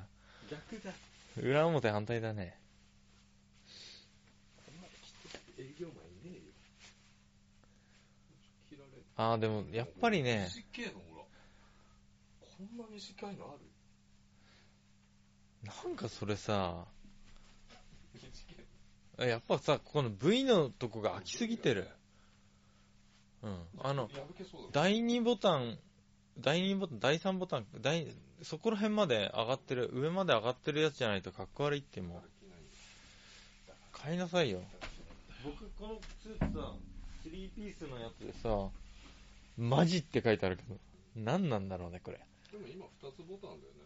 [SPEAKER 3] 逆だ。
[SPEAKER 2] 裏表反対だね。
[SPEAKER 3] そんなの着て営業マンいねえよ。着られる
[SPEAKER 2] あー、でも、やっぱりね、
[SPEAKER 3] 短いの、ほら。こんな短いのある
[SPEAKER 2] なんかそれさ、
[SPEAKER 3] 短い
[SPEAKER 2] やっぱさ、この V のとこが開きすぎてる。うん。あの、
[SPEAKER 3] 破けそうだ
[SPEAKER 2] 第2ボタン、第2ボタン、第3ボタン、第、そこら辺まで上がってる、上まで上がってるやつじゃないとかっこ悪いってもう、買いなさいよ。僕、このスーツさ、3ピースのやつでさ、マジって書いてあるけど、何なんだろうね、これ。
[SPEAKER 3] でも今2つボタンだよね。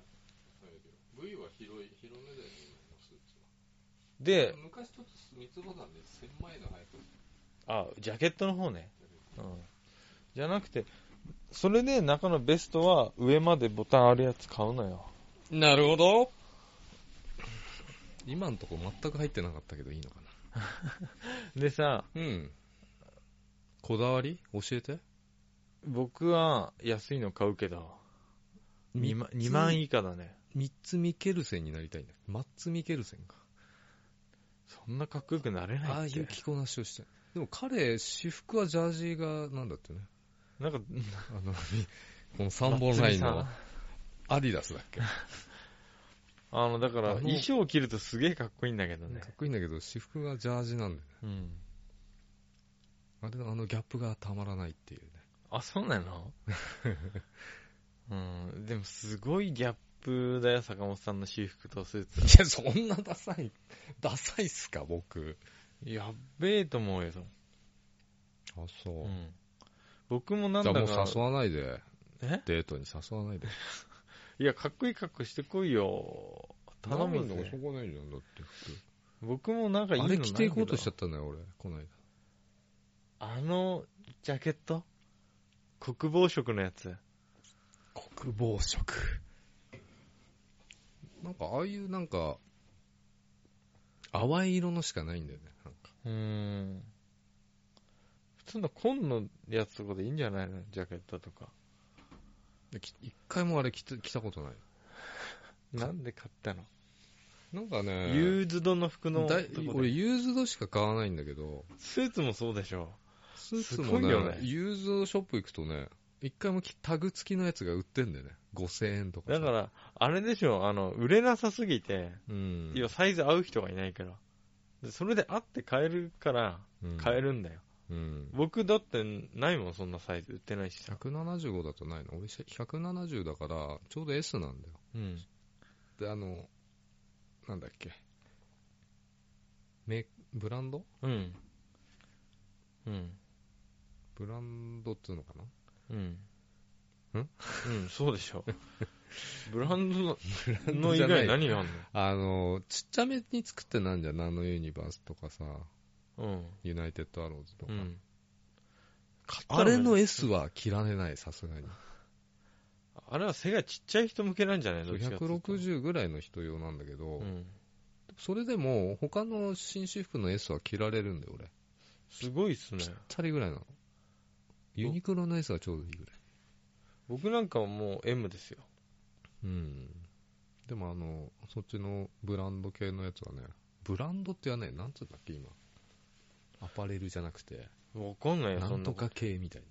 [SPEAKER 3] V は広い、広めだよね、今のスーツは。
[SPEAKER 2] で、
[SPEAKER 3] 昔ちょっと3つボタンで狭いの入ってる
[SPEAKER 2] あ、ジャケットの方ね。うん。じゃなくて、それで中のベストは上までボタンあるやつ買うのよ。
[SPEAKER 3] なるほど。今のとこ全く入ってなかったけどいいのかな。
[SPEAKER 2] でさ、
[SPEAKER 3] うん。こだわり教えて。
[SPEAKER 2] 僕は安いの買うけど、2万 ,2 万以下だね。
[SPEAKER 3] 三つミケルセンになりたいんだ。マッツ・ミケルセンか。
[SPEAKER 2] そんなかっこよくなれ
[SPEAKER 3] ああ
[SPEAKER 2] ないいって
[SPEAKER 3] う。着こなしをして。でも彼、私服はジャージーが、なんだってね。
[SPEAKER 2] なんか、
[SPEAKER 3] あの、この3本ラインのアディダスだっけ。
[SPEAKER 2] あの、だから
[SPEAKER 3] あの
[SPEAKER 2] 衣装を着るとすげえかっこいいんだけどね
[SPEAKER 3] か。っこいいんだけど、私服がジャージなんだよね。
[SPEAKER 2] うん。
[SPEAKER 3] あれのあのギャップがたまらないっていうね。
[SPEAKER 2] あ、そうなのうん。でもすごいギャップだよ、坂本さんの私服とスーツは。
[SPEAKER 3] いや、そんなダサい、 ダサいっすか、僕。
[SPEAKER 2] やっべえと思うよ、その
[SPEAKER 3] あ、そう。
[SPEAKER 2] うん。僕もなん
[SPEAKER 3] じゃ
[SPEAKER 2] だ
[SPEAKER 3] あも
[SPEAKER 2] か
[SPEAKER 3] う誘わないで、
[SPEAKER 2] え
[SPEAKER 3] デートに誘わないで。
[SPEAKER 2] いや、かっこいい格好してこいよ。頼む
[SPEAKER 3] の
[SPEAKER 2] ん
[SPEAKER 3] しょ
[SPEAKER 2] ね。
[SPEAKER 3] うがないじゃん、だって普
[SPEAKER 2] 僕もなんかいいの
[SPEAKER 3] 通。あ
[SPEAKER 2] ない
[SPEAKER 3] れ
[SPEAKER 2] けど
[SPEAKER 3] 着ていこうとしちゃったんだよ、俺、この間。
[SPEAKER 2] あの、ジャケット国防色のやつ。
[SPEAKER 3] 国防色。なんか、ああいうなんか、淡い色のしかないんだよね、なんか。
[SPEAKER 2] うーん。普通の紺のやつとかでいいんじゃないのジャケットとか。
[SPEAKER 3] でき一回もあれ着て着たことない。
[SPEAKER 2] なんで買ったの、
[SPEAKER 3] なんかね、
[SPEAKER 2] ユーズドの服のと
[SPEAKER 3] だい
[SPEAKER 2] こ
[SPEAKER 3] 俺
[SPEAKER 2] で。
[SPEAKER 3] ユーズドしか買わないんだけど、
[SPEAKER 2] スーツもそうでしょ。
[SPEAKER 3] スーツも
[SPEAKER 2] すごいよね
[SPEAKER 3] ねユーズドショップ行くとね、一回もきタグ付きのやつが売ってんだよね。5000円とか
[SPEAKER 2] だ
[SPEAKER 3] さ。
[SPEAKER 2] から、あれでしょ、あの、売れなさすぎて、
[SPEAKER 3] うん。
[SPEAKER 2] 今サイズ合う人がいないから。でそれで合って買えるから、
[SPEAKER 3] うん、
[SPEAKER 2] 買えるんだよ。
[SPEAKER 3] うん。
[SPEAKER 2] 僕だってないもん、そんなサイズ。売ってないしさ。
[SPEAKER 3] 175だとないの俺170だから、ちょうど S なんだよ。
[SPEAKER 2] うん。
[SPEAKER 3] で、あの、なんだっけ。メブランド
[SPEAKER 2] うん。うん。
[SPEAKER 3] ブランドっつうのかな
[SPEAKER 2] うん。
[SPEAKER 3] ん
[SPEAKER 2] うん、そうでしょ。 ブランドの、
[SPEAKER 3] ド
[SPEAKER 2] の以
[SPEAKER 3] じゃない
[SPEAKER 2] 外何があん
[SPEAKER 3] あの、ちっちゃめに作ってなんじゃん。ナノユニバースとかさ、
[SPEAKER 2] の
[SPEAKER 3] ユナイテッドアローズとか。
[SPEAKER 2] うん。うん。
[SPEAKER 3] あれの S は着られない、さすがに。
[SPEAKER 2] あれは背がちっちゃい人向けなんじゃない
[SPEAKER 3] そ
[SPEAKER 2] の
[SPEAKER 3] う160ぐらいの人用なんだけど、
[SPEAKER 2] うん。
[SPEAKER 3] それでも他の紳士服の S は着られるんだよ、俺。
[SPEAKER 2] すごいっすね。
[SPEAKER 3] 2人ぐらいなの。ユニクロの S はちょうどいいぐらい。
[SPEAKER 2] 僕なんかはもう M ですよ。
[SPEAKER 3] うん。でもあの、そっちのブランド系のやつはね、ブランドってはね、なんつうんだっけ、今。アパレルじゃなくて、
[SPEAKER 2] わかんないよ、
[SPEAKER 3] な
[SPEAKER 2] そん
[SPEAKER 3] ん
[SPEAKER 2] な
[SPEAKER 3] と
[SPEAKER 2] こと。
[SPEAKER 3] か系みたいな。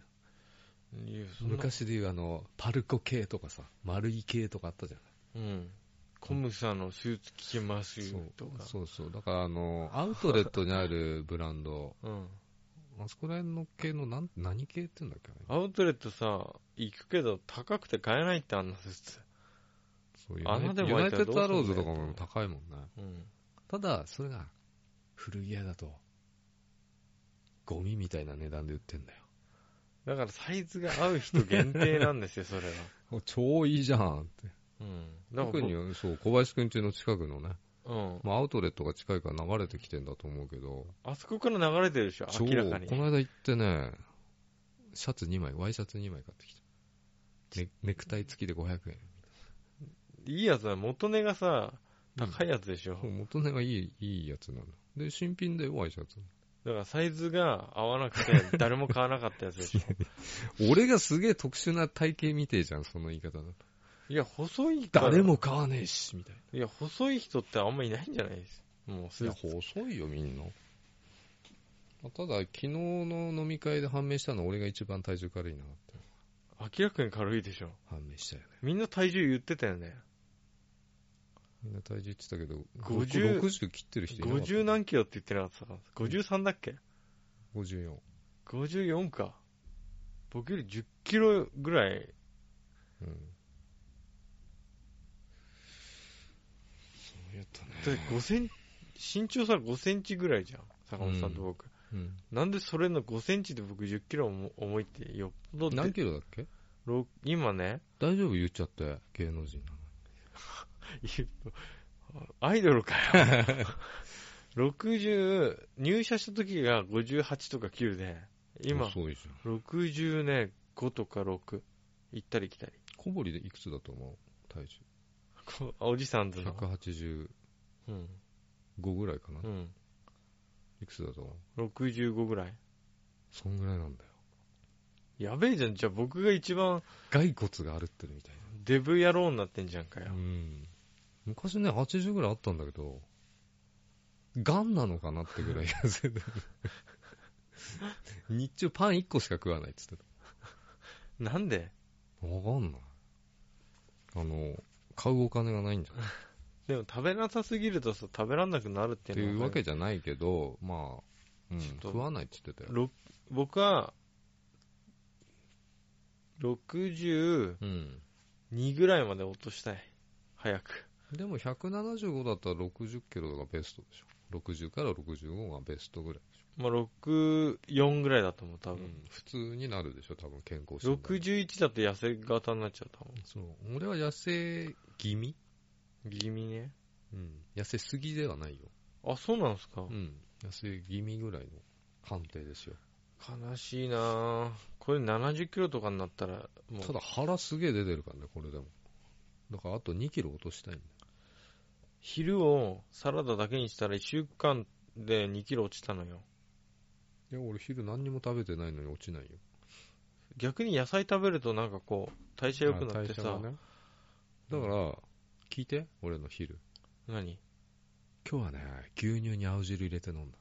[SPEAKER 2] いやそんな
[SPEAKER 3] 昔でいうあの、パルコ系とかさ、丸い系とかあったじゃない
[SPEAKER 2] うん。コムサのスーツ着けますよとか。
[SPEAKER 3] そうそう。だからあの、アウトレットにあるブラン ド、
[SPEAKER 2] うん。
[SPEAKER 3] あそこら辺の系のなん何系って言うんだっけあれ
[SPEAKER 2] アウトレットさ、行くけど高くて買えないってあんなスーツ。
[SPEAKER 3] そういう
[SPEAKER 2] 穴でも
[SPEAKER 3] ユ
[SPEAKER 2] 開
[SPEAKER 3] ナ
[SPEAKER 2] い
[SPEAKER 3] イ
[SPEAKER 2] た
[SPEAKER 3] テ
[SPEAKER 2] ら
[SPEAKER 3] ッ
[SPEAKER 2] どう
[SPEAKER 3] ド
[SPEAKER 2] す
[SPEAKER 3] ア
[SPEAKER 2] んだ
[SPEAKER 3] ロ
[SPEAKER 2] よ
[SPEAKER 3] ーズとかも高いもんね。
[SPEAKER 2] うん。
[SPEAKER 3] ただ、それが、古着屋だと、ゴミみたいな値段で売ってんだよ。
[SPEAKER 2] だからサイズが合う人限定なん ですよ、それは。
[SPEAKER 3] お超いいじゃんって。
[SPEAKER 2] うん。だから
[SPEAKER 3] 特に、そう、小林くん家の近くのね、
[SPEAKER 2] うん。
[SPEAKER 3] まあ、アウトレットが近いから流れてきてんだと思うけど、
[SPEAKER 2] あそこから流れてるでしょ、
[SPEAKER 3] 超、こ
[SPEAKER 2] 明らかに。
[SPEAKER 3] の間行ってね、シャツ2枚、ワイシャツ2枚買ってきた。ネネクタイ付きで500円。
[SPEAKER 2] いいやつは元値がさ、
[SPEAKER 3] うん
[SPEAKER 2] 高いやつでしょ。
[SPEAKER 3] そう元値がいい、いいやつなんだ。で、新品でワイシャツ。
[SPEAKER 2] だからサイズが合わなくて、 誰も買わなかったやつでしょ。
[SPEAKER 3] 俺がすげえ特殊な体型みてえじゃん、その言い方だと。
[SPEAKER 2] いや、細いから。
[SPEAKER 3] 誰も買わねえし、みたいな。
[SPEAKER 2] いや、細い人ってあんまいないんじゃないですもうス
[SPEAKER 3] いや、
[SPEAKER 2] ーツ。
[SPEAKER 3] 細いよ、みんな。まあただ、昨日の飲み会で判明したのは俺が一番体重軽いなって
[SPEAKER 2] 明らかに軽いでしょ。
[SPEAKER 3] 判明したよね。
[SPEAKER 2] みんな体重言ってたよね。
[SPEAKER 3] みんな体重言ってたけど、
[SPEAKER 2] 50
[SPEAKER 3] 60切ってる人いなかった。
[SPEAKER 2] 50何キロって言ってなかった53だっけ
[SPEAKER 3] ?54。
[SPEAKER 2] ?54 か。僕より10キロぐらい。
[SPEAKER 3] うん。そうやったね。
[SPEAKER 2] だって5セン 身長さ5センチぐらいじゃん。坂本さんと僕。
[SPEAKER 3] うん。
[SPEAKER 2] なんでそれの5センチで僕10キロも重いってよっぽど
[SPEAKER 3] 何
[SPEAKER 2] で
[SPEAKER 3] キロだっけ
[SPEAKER 2] ろ今ね、
[SPEAKER 3] 大丈夫言っちゃって、芸能人なの。
[SPEAKER 2] 言うとアイドルかよ。60、入社した時が58とか9で、今、
[SPEAKER 3] そうでしょ。
[SPEAKER 2] 60ね、5とか6。行ったり来たり。
[SPEAKER 3] 小堀でいくつだと思う体重。
[SPEAKER 2] こうおじさんとの。
[SPEAKER 3] 185
[SPEAKER 2] うん。
[SPEAKER 3] ぐらいかな、
[SPEAKER 2] うん。
[SPEAKER 3] いくつだと思う
[SPEAKER 2] 65ぐらい。
[SPEAKER 3] そんぐらいなんだよ。
[SPEAKER 2] やべえじゃん。じゃあ僕が一番
[SPEAKER 3] 骸骨があるってるみたい
[SPEAKER 2] デブ野郎になってんじゃんか
[SPEAKER 3] な。
[SPEAKER 2] よ
[SPEAKER 3] う。ん。昔ね、80ぐらいあったんだけど、ガンなのかなってぐらい 痩せてる日中パン1個しか食わないっつってた
[SPEAKER 2] なんで
[SPEAKER 3] わかんない。あの、買うお金がないんじゃない
[SPEAKER 2] でも食べなさすぎるとさ、食べらんなくなるって
[SPEAKER 3] って
[SPEAKER 2] い
[SPEAKER 3] いうう
[SPEAKER 2] のは
[SPEAKER 3] わけじゃないけど、まあ、うん
[SPEAKER 2] ちょっと
[SPEAKER 3] 食わないって言ってたよ。
[SPEAKER 2] ろ僕は、62
[SPEAKER 3] うん。
[SPEAKER 2] ぐらいまで落としたい。早く。
[SPEAKER 3] でも175だったら60キロがベストでしょ。60から65がベストぐらいでし
[SPEAKER 2] まあ、64ぐらいだと思う、多
[SPEAKER 3] ょ。
[SPEAKER 2] 分。
[SPEAKER 3] うん普通になるでしょ、多分健康診断。
[SPEAKER 2] 61だと痩せ型になっちゃうと思
[SPEAKER 3] そう。俺は痩せ気味
[SPEAKER 2] う。気味ね。
[SPEAKER 3] うん。痩せすぎではないよ。
[SPEAKER 2] あ、そうなんですか、
[SPEAKER 3] うん。痩せ気味ぐらいの判定ですよ。
[SPEAKER 2] 悲しいなぁ。これ70キロとかになったら、も
[SPEAKER 3] た
[SPEAKER 2] う、
[SPEAKER 3] だ腹すげえ出てるからね、これでも。だからあと2キロ落としたいんだよ。
[SPEAKER 2] 昼をサラダだけにしたら1週間で2キロ落ちたのよ。
[SPEAKER 3] いや、俺昼何にも食べてないのに落ちないよ。
[SPEAKER 2] 逆に野菜食べるとなんかこう、代謝良くなって
[SPEAKER 3] あ代謝
[SPEAKER 2] さ、
[SPEAKER 3] がねだから、聞いて、俺の昼。
[SPEAKER 2] 何
[SPEAKER 3] 今日はね、牛乳に青汁入れて飲んだ。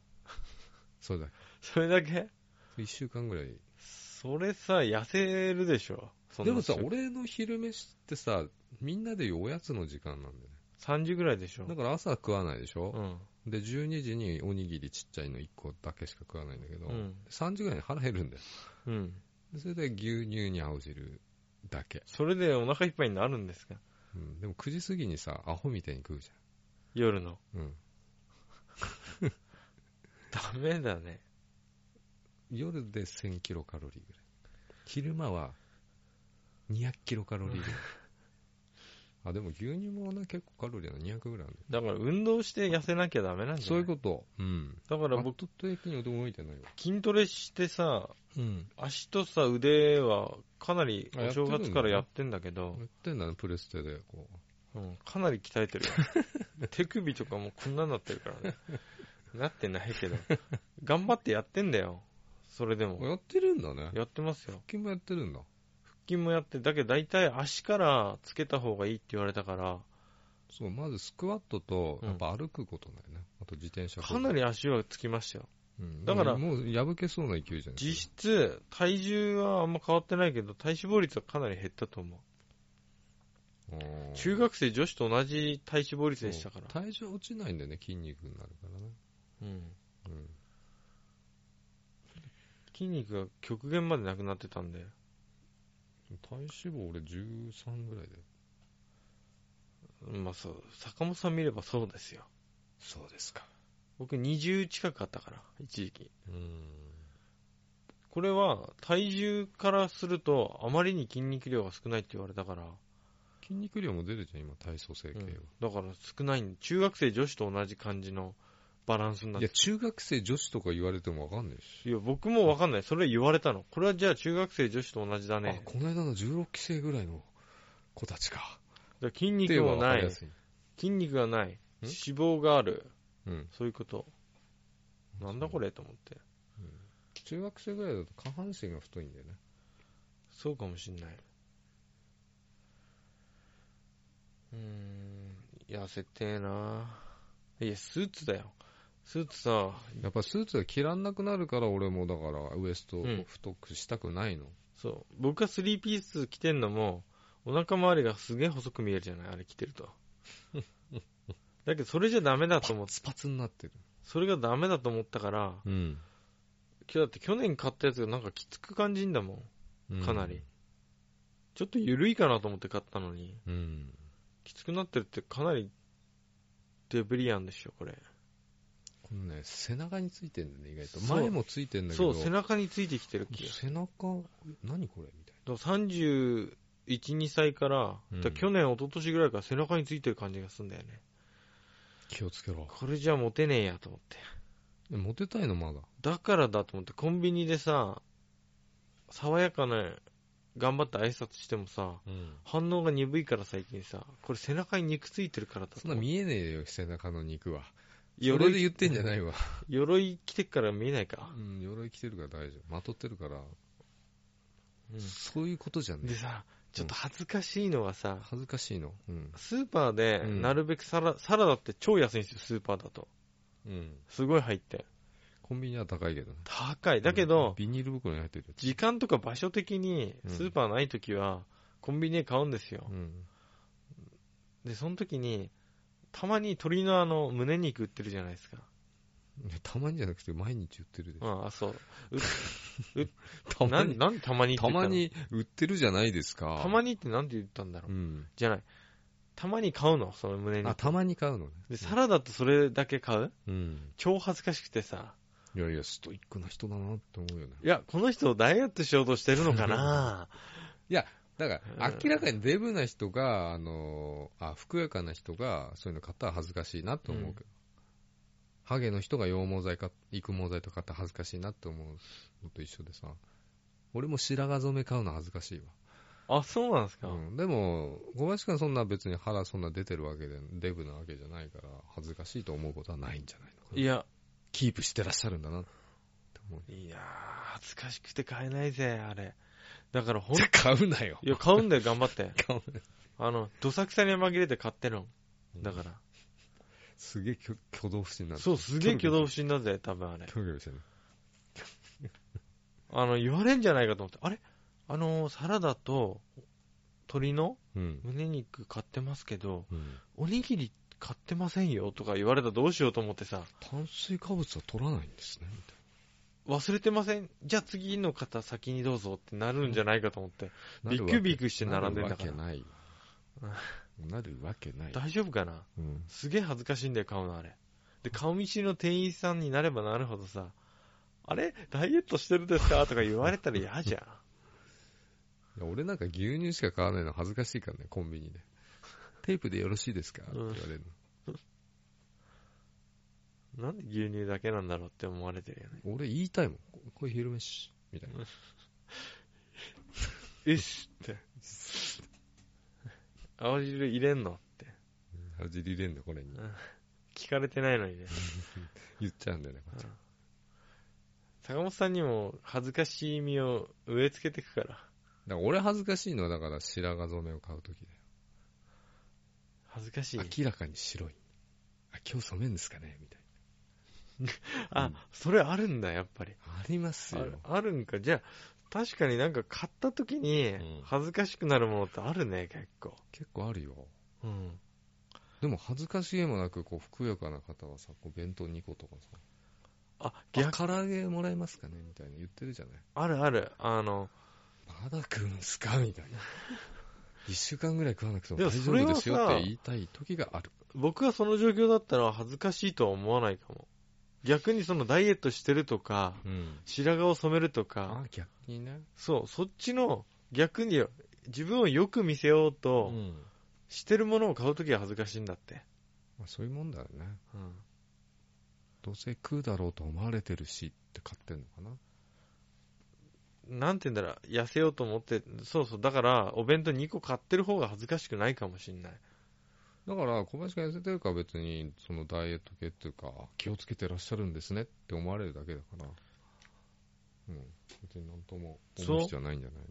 [SPEAKER 3] それだけ。
[SPEAKER 2] それだけ
[SPEAKER 3] 1週間ぐらい。
[SPEAKER 2] それさ、痩せるでしょ。そんな
[SPEAKER 3] でもさ、
[SPEAKER 2] 週
[SPEAKER 3] 俺の昼飯ってさ、みんなで言うおやつの時間なんだよね。
[SPEAKER 2] 30ぐらいでしょ
[SPEAKER 3] だ。から朝は食わないでし
[SPEAKER 2] う
[SPEAKER 3] ょ、
[SPEAKER 2] ん。
[SPEAKER 3] で、12時におにぎりちっちゃいの1個だけしか食わないんだけど、
[SPEAKER 2] うん。
[SPEAKER 3] 3時ぐらいに腹減るんだよ。
[SPEAKER 2] うん。
[SPEAKER 3] でそれで牛乳に青汁だけ。
[SPEAKER 2] それでお腹いっぱいになるんですか
[SPEAKER 3] うん。でも9時過ぎにさ、アホみたいに食うじ
[SPEAKER 2] 夜の。
[SPEAKER 3] ゃん。うん。
[SPEAKER 2] ダメだね。
[SPEAKER 3] 夜で1000キロカロリーぐらい。昼間は200キロカロリーぐらい。あ、でも牛乳もね、結構カロリーなの200ぐらいあるね
[SPEAKER 2] だから運動して痩せなきゃダメなんじゃない
[SPEAKER 3] そういうこと。うん。
[SPEAKER 2] と。だから僕、
[SPEAKER 3] 圧倒的に驚いてないわ。
[SPEAKER 2] 筋トレしてさ、
[SPEAKER 3] うん。
[SPEAKER 2] 足とさ、腕はかなり
[SPEAKER 3] あや
[SPEAKER 2] お
[SPEAKER 3] ってる
[SPEAKER 2] 正
[SPEAKER 3] んだ
[SPEAKER 2] 月からやってんだけど
[SPEAKER 3] や、ってんだね、プレステで。こ
[SPEAKER 2] うん、かなり鍛えてる よ。手首とかもこんなになってるからね。なってないけど。頑張ってやってんだよ。それで
[SPEAKER 3] う。
[SPEAKER 2] も。
[SPEAKER 3] やってるんだね。腹
[SPEAKER 2] やってますよ。
[SPEAKER 3] 筋もやってるんだ。
[SPEAKER 2] 腹筋もやって、だけど大体足からつけた方がいいって言われたから、
[SPEAKER 3] そう、まずスクワットと、
[SPEAKER 2] うん
[SPEAKER 3] やっぱ歩くことだよね。あと自転車。
[SPEAKER 2] かなり。足はつきましたよ。
[SPEAKER 3] うん
[SPEAKER 2] だから
[SPEAKER 3] もう破けそうな勢いじゃない
[SPEAKER 2] 実質、体重はあんま変わってないけど、体脂肪率はかなり減ったと思う。中学生女子と同じ体脂肪率でしたから。
[SPEAKER 3] 体重落ちないんだよね、筋肉になるからね。
[SPEAKER 2] うん。
[SPEAKER 3] うん。
[SPEAKER 2] 筋肉が極限までなくなってたんで、
[SPEAKER 3] 体脂肪俺13ぐらいだよ。
[SPEAKER 2] まあそう、坂本さん見ればそうですよ。
[SPEAKER 3] そうですか。
[SPEAKER 2] 僕20近くあったから、一時期。
[SPEAKER 3] うん。
[SPEAKER 2] これは、体重からすると、あまりに筋肉量が少ないって言われたから、
[SPEAKER 3] 筋肉量も出るじゃん、今、体操整形は。
[SPEAKER 2] だから少ないん中学生女子と同じ感じのバランスになっ
[SPEAKER 3] いや、
[SPEAKER 2] て
[SPEAKER 3] 中学生女子とか言われてもわかんないし。
[SPEAKER 2] いや、僕もわかんない。それ言われたの。これはじゃあ中学生女子と同じだね
[SPEAKER 3] あ、。この間の16期生ぐらいの子たちか。
[SPEAKER 2] だから筋肉も
[SPEAKER 3] はわか
[SPEAKER 2] な
[SPEAKER 3] りや
[SPEAKER 2] い。
[SPEAKER 3] すい。
[SPEAKER 2] 筋肉がない。脂肪がある。
[SPEAKER 3] うん。
[SPEAKER 2] そういうこと。なんだこれと思って。
[SPEAKER 3] 中学生ぐらいだと下半身が太いんだよね。
[SPEAKER 2] そうかもしんない。うーん、痩せてえな。いや、スーツだよ。スーツさ、
[SPEAKER 3] やっぱスーツが着らんなくなるから、俺もだから、ウエストを
[SPEAKER 2] うん
[SPEAKER 3] 太くしたくないの。
[SPEAKER 2] そう。僕がスリーピース着てんのも、お腹周りがすげえ細く見えるじゃないあれ着てると。だけど、それじゃダメだと思って、
[SPEAKER 3] ツパツになってる。
[SPEAKER 2] それがダメだと思ったから、
[SPEAKER 3] うん。
[SPEAKER 2] 今日だって去年買ったやつがなんかきつく感じんだもん。かなり。。ちょっと緩いかなと思って買ったのに、
[SPEAKER 3] うん。
[SPEAKER 2] きつくなってるってかなりデブリアンでしょ、これ。
[SPEAKER 3] このね、背中についてんだね、意外と。
[SPEAKER 2] そう
[SPEAKER 3] 前もついてんだけ
[SPEAKER 2] そ
[SPEAKER 3] ど。
[SPEAKER 2] う、背中についてきてる気がす
[SPEAKER 3] 背中、何これみたい
[SPEAKER 2] る。だから31、2歳から、
[SPEAKER 3] うん
[SPEAKER 2] だから去年、一昨年ぐらいから背中についてる感じがするんだよね。
[SPEAKER 3] な。気をつけろ。
[SPEAKER 2] これじゃモテねえやと思って。
[SPEAKER 3] モテたいの、まだ。
[SPEAKER 2] だからだと思って、コンビニでさ、爽やかな、頑張って挨拶してもさ、
[SPEAKER 3] うん。
[SPEAKER 2] 反応が鈍いから最近さ、これ背中に肉ついてるからだと
[SPEAKER 3] そんな見えねえよ、背中の肉は。それで
[SPEAKER 2] 鎧
[SPEAKER 3] 言ってんじゃないわ。
[SPEAKER 2] 鎧着てっから見えないか
[SPEAKER 3] う。ん、鎧着てるから大丈夫。まとってるから、
[SPEAKER 2] う
[SPEAKER 3] そういうことじゃ
[SPEAKER 2] ん、
[SPEAKER 3] ね
[SPEAKER 2] で
[SPEAKER 3] え。
[SPEAKER 2] さ、ちょっと恥ずかしいのはさ、
[SPEAKER 3] 恥ずかしいの。うん。
[SPEAKER 2] スーパーで
[SPEAKER 3] うん
[SPEAKER 2] なるべくサラ,、サラダって超安いんですよ、スーパーだと。
[SPEAKER 3] うん。
[SPEAKER 2] すごい入って。
[SPEAKER 3] コンビニは高いけどね。
[SPEAKER 2] 高い。だけど、
[SPEAKER 3] ビニール袋に入ってるやつ。
[SPEAKER 2] 時間とか場所的に
[SPEAKER 3] うん
[SPEAKER 2] スーパーない時は、コンビニで買うんですよ
[SPEAKER 3] う。ん。
[SPEAKER 2] で、その時に、たまに鶏のあの、胸肉売ってるじゃないですか。
[SPEAKER 3] いやたまにじゃなくて、毎日売ってるでしょ。
[SPEAKER 2] ああ、そう。
[SPEAKER 3] たま
[SPEAKER 2] な
[SPEAKER 3] に
[SPEAKER 2] ん、、なんでたまにって
[SPEAKER 3] た
[SPEAKER 2] 言ったの
[SPEAKER 3] ま。に売ってるじゃないですか。
[SPEAKER 2] たまにってなんて言ったんだろ
[SPEAKER 3] う
[SPEAKER 2] う。
[SPEAKER 3] ん。
[SPEAKER 2] じゃない。たまに買うの、その胸
[SPEAKER 3] あ、
[SPEAKER 2] 肉。
[SPEAKER 3] たまに買うのね。
[SPEAKER 2] で、サラダとそれだけ買う
[SPEAKER 3] うん。
[SPEAKER 2] 超恥ずかしくてさ。
[SPEAKER 3] いやいや、ストイックな人だなって思うよね。
[SPEAKER 2] いや、この人ダイエットしようとしてるのかな
[SPEAKER 3] だから、明らかにデブな人が、あのー、あ、ふくよかな人が、そういうの買ったら恥ずかしいなと思うけど、ハゲの人が羊毛剤か、育毛剤とか買ったら恥ずかしいなって思うのと一緒でさ、俺も白髪染め買うの恥ずかしい
[SPEAKER 2] あ、そうなんですか。
[SPEAKER 3] わ。うん、でも、小林君はそんな別に腹そんな出てるわけで、デブなわけじゃないから、恥ずかしいと思うことはないんじゃないのかな。
[SPEAKER 2] いや、
[SPEAKER 3] キープしてらっしゃるんだなって思う。
[SPEAKER 2] いやー、恥ずかしくて買えないぜ、あれ。だからほん、い
[SPEAKER 3] じゃあ買うなよ。
[SPEAKER 2] や、買うんだよ、頑張って。
[SPEAKER 3] 買うなよ
[SPEAKER 2] あの、どさくさに紛れて買ってるの。だか
[SPEAKER 3] すげえ挙挙動不審にな
[SPEAKER 2] ら。
[SPEAKER 3] る。
[SPEAKER 2] そう、すげえ挙動不審だぜ、多分あれ。
[SPEAKER 3] 興味してる。
[SPEAKER 2] あの、言われんじゃないかと思って、あれあのー、サラダと、鶏の
[SPEAKER 3] うん。
[SPEAKER 2] 胸肉買ってますけど、
[SPEAKER 3] うん
[SPEAKER 2] おにぎり買ってませんよとか言われたらどうしようと思ってさ、
[SPEAKER 3] 炭水化物は取らないんですね、みたい
[SPEAKER 2] 忘れてませんじゃあ次の方先にどうぞってなるんじゃないかと思って、
[SPEAKER 3] な。
[SPEAKER 2] ビクビクして並んでんだから
[SPEAKER 3] なるわけない。なるわけな い。
[SPEAKER 2] 大丈夫かな
[SPEAKER 3] うん。
[SPEAKER 2] すげえ恥ずかしいんだよ、買うのあれ。で、顔見知りの店員さんになればなるほどさ、あれダイエットしてるんですかとか言われたら嫌じゃん。
[SPEAKER 3] いや俺なんか牛乳しか買わないの恥ずかしいからね、コンビニで。テープでよろしいですかって言われる
[SPEAKER 2] なんで 牛乳だけなんだろうって思われてるよね。
[SPEAKER 3] の。俺言いたいもん。ここれ昼飯。みたいな。
[SPEAKER 2] うっすって。青汁入れんのって。
[SPEAKER 3] 味入れんだ、これに。
[SPEAKER 2] 聞かれてないのにね。
[SPEAKER 3] 言っちゃうんだよね、こっちは
[SPEAKER 2] 坂本さんにも恥ずかしい身を植え付けてくから。
[SPEAKER 3] だから俺恥ずかしいのは、だから白髪染めを買うときだ
[SPEAKER 2] 恥ずかしい
[SPEAKER 3] よ。。明らかに白い。あ、今日染めんですかねみたいう
[SPEAKER 2] あ
[SPEAKER 3] ん、
[SPEAKER 2] それあるんだ、やっぱり。
[SPEAKER 3] あります
[SPEAKER 2] あ
[SPEAKER 3] よ。
[SPEAKER 2] るあるんか。じゃあ、確かになんか買った時
[SPEAKER 3] うん
[SPEAKER 2] に恥ずかしくなるものってあるね、結構。
[SPEAKER 3] 結構あるよ。
[SPEAKER 2] うん。
[SPEAKER 3] でも恥ずかしげもなく、こう、ふくよかな方はさ、こう弁当2個とかさ、
[SPEAKER 2] あ、
[SPEAKER 3] あ
[SPEAKER 2] 逆、
[SPEAKER 3] 唐揚げもらえますかねみたいな言ってるじゃない。
[SPEAKER 2] あるある。あの、
[SPEAKER 3] まだ食うんすかみた いな。一週間ぐらい食わなくても
[SPEAKER 2] で
[SPEAKER 3] 大
[SPEAKER 2] も
[SPEAKER 3] 丈
[SPEAKER 2] それ
[SPEAKER 3] 夫
[SPEAKER 2] は
[SPEAKER 3] ですよっ
[SPEAKER 2] さ
[SPEAKER 3] て言いたい時がある。
[SPEAKER 2] 僕がその状況だったら恥ずかしいとは思わないかも。逆にそのダイエットしてるとか、
[SPEAKER 3] うん。
[SPEAKER 2] 白髪を染めると
[SPEAKER 3] あ
[SPEAKER 2] か、、
[SPEAKER 3] 逆にね。
[SPEAKER 2] そう、そっちの逆に自分をよく見せよう
[SPEAKER 3] う
[SPEAKER 2] と、
[SPEAKER 3] ん。
[SPEAKER 2] してるものを買うときは恥ずかしいんだって。
[SPEAKER 3] まあ、そういうもんだよね。
[SPEAKER 2] うん。
[SPEAKER 3] どうせ食うだろうと思われてるしって買ってんのかな。
[SPEAKER 2] なんて言うんだろう、痩せようと思って、そうそう、だから、お弁当2個買ってる方が恥ずかしくないかもしんない。
[SPEAKER 3] だから、小林が痩せてるから別に、そのダイエット系っていうか、あ気をつけてらっしゃるんですねって思われるだけだから、うん、別になんとも思う必要はないんじゃない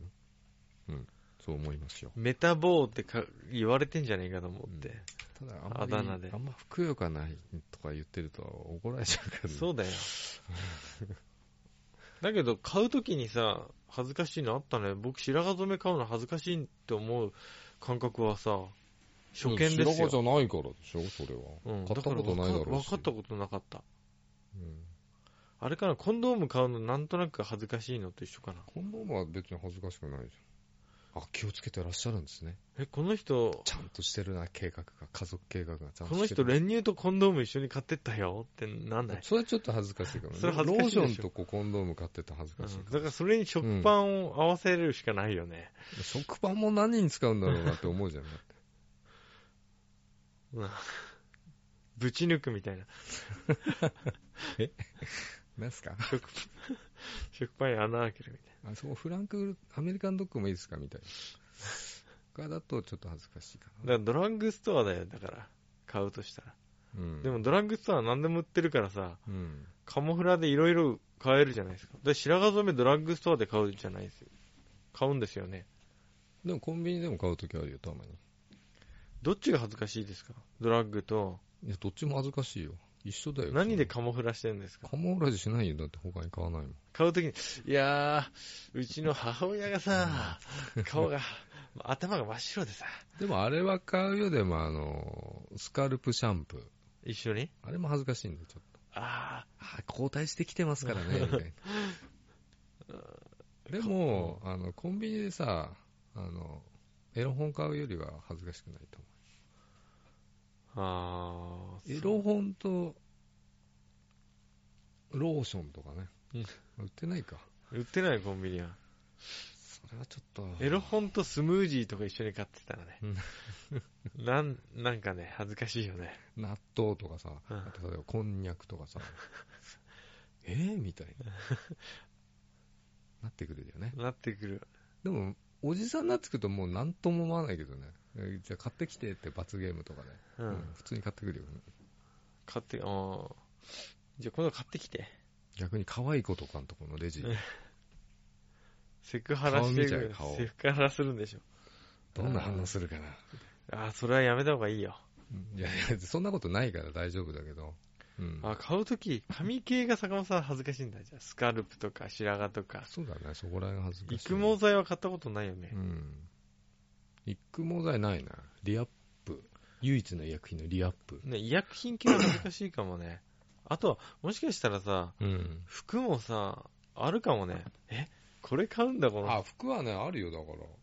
[SPEAKER 3] のうん、そう思いますよ。
[SPEAKER 2] メタボーってか言われてんじゃねえかと思って。
[SPEAKER 3] ただ、あん
[SPEAKER 2] あだ
[SPEAKER 3] ま
[SPEAKER 2] 名
[SPEAKER 3] り
[SPEAKER 2] で、
[SPEAKER 3] あんま服用がないとか言ってると怒られちゃうからね。
[SPEAKER 2] そうだよ。だけど、買うときにさ、恥ずかしいのあったね。僕、白髪染め買うの恥ずかしいって思う感覚はさ、初見ですよ。
[SPEAKER 3] 白髪じゃないからでしょ、それは。
[SPEAKER 2] うん、
[SPEAKER 3] 買ったことないだろうし。
[SPEAKER 2] 分かったことなかった。
[SPEAKER 3] うん。
[SPEAKER 2] あれかな、コンドーム買うのなんとなく恥ずかしいのと一緒かな。
[SPEAKER 3] こんなのは別に恥ずかしくないじゃん。あ、気をつけてらっしゃるんですね。
[SPEAKER 2] え、この人、
[SPEAKER 3] ちゃんとしてるな、計画が、家族計画がちゃんと
[SPEAKER 2] この
[SPEAKER 3] して
[SPEAKER 2] 人
[SPEAKER 3] る。
[SPEAKER 2] 練乳とコンドーム一緒に買ってったよってなんない、
[SPEAKER 3] それちょっと恥ずかしいかもね。
[SPEAKER 2] それ恥ずかしいでしょ
[SPEAKER 3] ローションとこうコンドーム買ってたら恥ず
[SPEAKER 2] う
[SPEAKER 3] かしい
[SPEAKER 2] ん
[SPEAKER 3] か
[SPEAKER 2] だからそれに食パンを合わせるしかないよね。
[SPEAKER 3] ら。食パンも何に使うんだろうなって思 うじゃん。
[SPEAKER 2] ぶち抜くみたいな。
[SPEAKER 3] 何すか
[SPEAKER 2] 食パンに穴開けるみたい
[SPEAKER 3] あそこフランクフル、アメリカンドッグもいいですかみたいな。がだとちょっと恥ずかしいか
[SPEAKER 2] な。だからドラッグストアだよ、だから。買うとしたら。
[SPEAKER 3] な。うん。
[SPEAKER 2] でもドラッグストアは何でも売ってるからさ、
[SPEAKER 3] うん。
[SPEAKER 2] カモフラでいろいろ買えるじゃないですか。で白髪染めドラッグストアで買うじゃないですよ。買うんですよね。
[SPEAKER 3] でもコンビニでも買うときあるよ、たまに。
[SPEAKER 2] どっちが恥ずかしいですかドラッグと。
[SPEAKER 3] いや、どっちも恥ずかしいよ。一緒だよ。
[SPEAKER 2] 何でカモフラしてるんですか
[SPEAKER 3] カモーラジしないよ。だって他に買わないもん。
[SPEAKER 2] 買うときに、いやー、うちの母親がさ、顔が、頭が真っ白でさ、
[SPEAKER 3] でもあれは買うよ、でもあの、スカルプシャンプー。
[SPEAKER 2] 一緒に、
[SPEAKER 3] あれも恥ずかしいんだよ、ちょっと。
[SPEAKER 2] あ
[SPEAKER 3] あ交代してきてますからね、みたい な。でも、あの、コンビニでさ、あの、エロ本買うよりは恥ずかしくないと思
[SPEAKER 2] ー、あ
[SPEAKER 3] う。
[SPEAKER 2] ー、
[SPEAKER 3] エロ本と、ローションとかね。売ってないか。
[SPEAKER 2] 売ってないコンビニは。
[SPEAKER 3] それはちょっと。
[SPEAKER 2] エロ本とスムージーとか一緒に買ってたらね
[SPEAKER 3] う。
[SPEAKER 2] なん、なんかね、恥ずかしいよね。
[SPEAKER 3] 納豆とかさ、
[SPEAKER 2] うん
[SPEAKER 3] あと例えばこんにゃく とかさ、えー、みたいな。なってくるよね。
[SPEAKER 2] なってくる。
[SPEAKER 3] でも、おじさんになってくるともう何とも思わないけどね。えじゃあ買ってきてって罰ゲームとかね。
[SPEAKER 2] うん。
[SPEAKER 3] うん普通に買ってくるよね。
[SPEAKER 2] 買って、あー。じゃあ今度買ってきて。
[SPEAKER 3] 逆に可愛い子とかのところのレジ、
[SPEAKER 2] セクハラしてくる。
[SPEAKER 3] 顔見ちゃう顔
[SPEAKER 2] セクハラするんでしょ。
[SPEAKER 3] どんな反応するかな。
[SPEAKER 2] あー、それはやめた方がいいよ。
[SPEAKER 3] うんいやいや、そんなことないから大丈夫だけど。うん。
[SPEAKER 2] あ、買うとき、髪系が坂本さん恥ずかしいんだ。じゃあ、スカルプとか白髪とか。
[SPEAKER 3] そうだね、そこら辺が恥ずかしい。
[SPEAKER 2] 育毛剤は買ったことないよね
[SPEAKER 3] う。ん。育毛剤ないな。リアップ。唯一の医薬品のリアップ。
[SPEAKER 2] ね、医薬品系は難しいかもね。あとは、もしかしたらさ、
[SPEAKER 3] うん。
[SPEAKER 2] 服もさ、あるかもね。えこれ買うんだ、この。
[SPEAKER 3] あ、服はね、あるよ、だから。
[SPEAKER 2] こ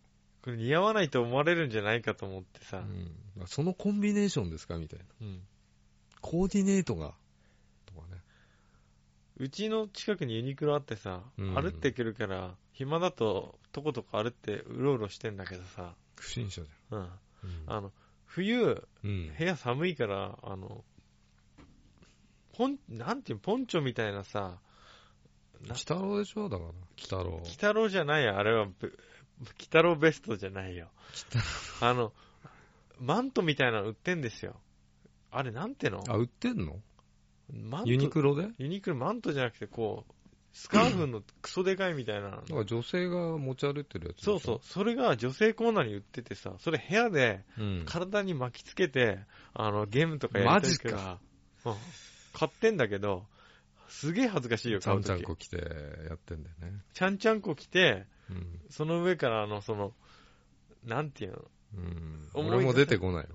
[SPEAKER 2] れ似合わないと思われるんじゃないかと思ってさ
[SPEAKER 3] う。ん。そのコンビネーションですかみたいな。
[SPEAKER 2] うん
[SPEAKER 3] コーディネートが。とかね。
[SPEAKER 2] うちの近くにユニクロあってさ、
[SPEAKER 3] うん
[SPEAKER 2] 歩ってくるから、暇だと、とことこ歩ってうろうろしてんだけどさ、
[SPEAKER 3] 不審者じ
[SPEAKER 2] うん。
[SPEAKER 3] ゃん。
[SPEAKER 2] あの、冬、
[SPEAKER 3] うん。うん
[SPEAKER 2] 部屋寒いから、あの、ポン、なんていうのポンチョみたいなさ、な
[SPEAKER 3] 鬼太郎でしょだから。鬼太郎。
[SPEAKER 2] 鬼太郎じゃないよ、あれは、ぶ鬼太郎ベストじゃないよ。あの、マントみたいなの売ってんですよ。あれ、なんての
[SPEAKER 3] あ、売ってんの
[SPEAKER 2] マント
[SPEAKER 3] ユニクロで
[SPEAKER 2] ユニクロマントじゃなくて、こう、スカーフのクソでかいみたいな。
[SPEAKER 3] だから女性が持ち歩いてるやつでし
[SPEAKER 2] そ
[SPEAKER 3] ょ
[SPEAKER 2] うそう、それが女性コーナーに売っててさ、それ部屋で
[SPEAKER 3] うん。
[SPEAKER 2] 体に巻きつけて、あの、ゲームとかやりたいから、うん買ってんだけど、すげえ恥ずかしいよ、
[SPEAKER 3] ちゃ
[SPEAKER 2] 買
[SPEAKER 3] ん
[SPEAKER 2] う
[SPEAKER 3] ちゃ
[SPEAKER 2] と
[SPEAKER 3] ん
[SPEAKER 2] き。
[SPEAKER 3] こ着てやってんだよね。
[SPEAKER 2] ちゃんちゃんこ着て、
[SPEAKER 3] うん。
[SPEAKER 2] その上からあの、その、なんていうの、
[SPEAKER 3] うん、
[SPEAKER 2] 思い出せ
[SPEAKER 3] 俺も出てこないわ。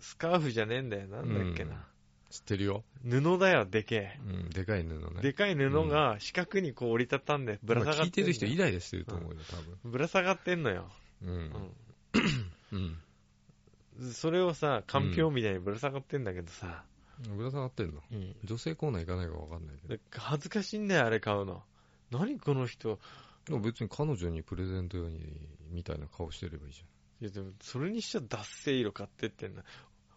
[SPEAKER 2] スカーフじゃねえんだよ、なんだっけな。
[SPEAKER 3] 知ってるよ。
[SPEAKER 2] 布だよ、でけ
[SPEAKER 3] うん、でかい布
[SPEAKER 2] え。
[SPEAKER 3] ね。
[SPEAKER 2] でかい布が四角にこう折りたたんで、ぶら下が
[SPEAKER 3] 今
[SPEAKER 2] っ
[SPEAKER 3] 聞いて
[SPEAKER 2] てん
[SPEAKER 3] る
[SPEAKER 2] の
[SPEAKER 3] 人イライラしてると思うよ、多分。
[SPEAKER 2] ぶら下がってんのよ。
[SPEAKER 3] う。
[SPEAKER 2] うんん。
[SPEAKER 3] うん。
[SPEAKER 2] それをさ、かんぴょうみたいにぶら下がってんだけどさ、
[SPEAKER 3] ぶら下がってんの
[SPEAKER 2] うん
[SPEAKER 3] 女性コーナー行かないかわかんないけど。
[SPEAKER 2] で恥ずかしいんだよ、あれ買うの。何この人。
[SPEAKER 3] でも別に彼女にプレゼント用に、みたいな顔してればいいじ
[SPEAKER 2] いや、でも、それにしちゃ脱製色買ってってんな。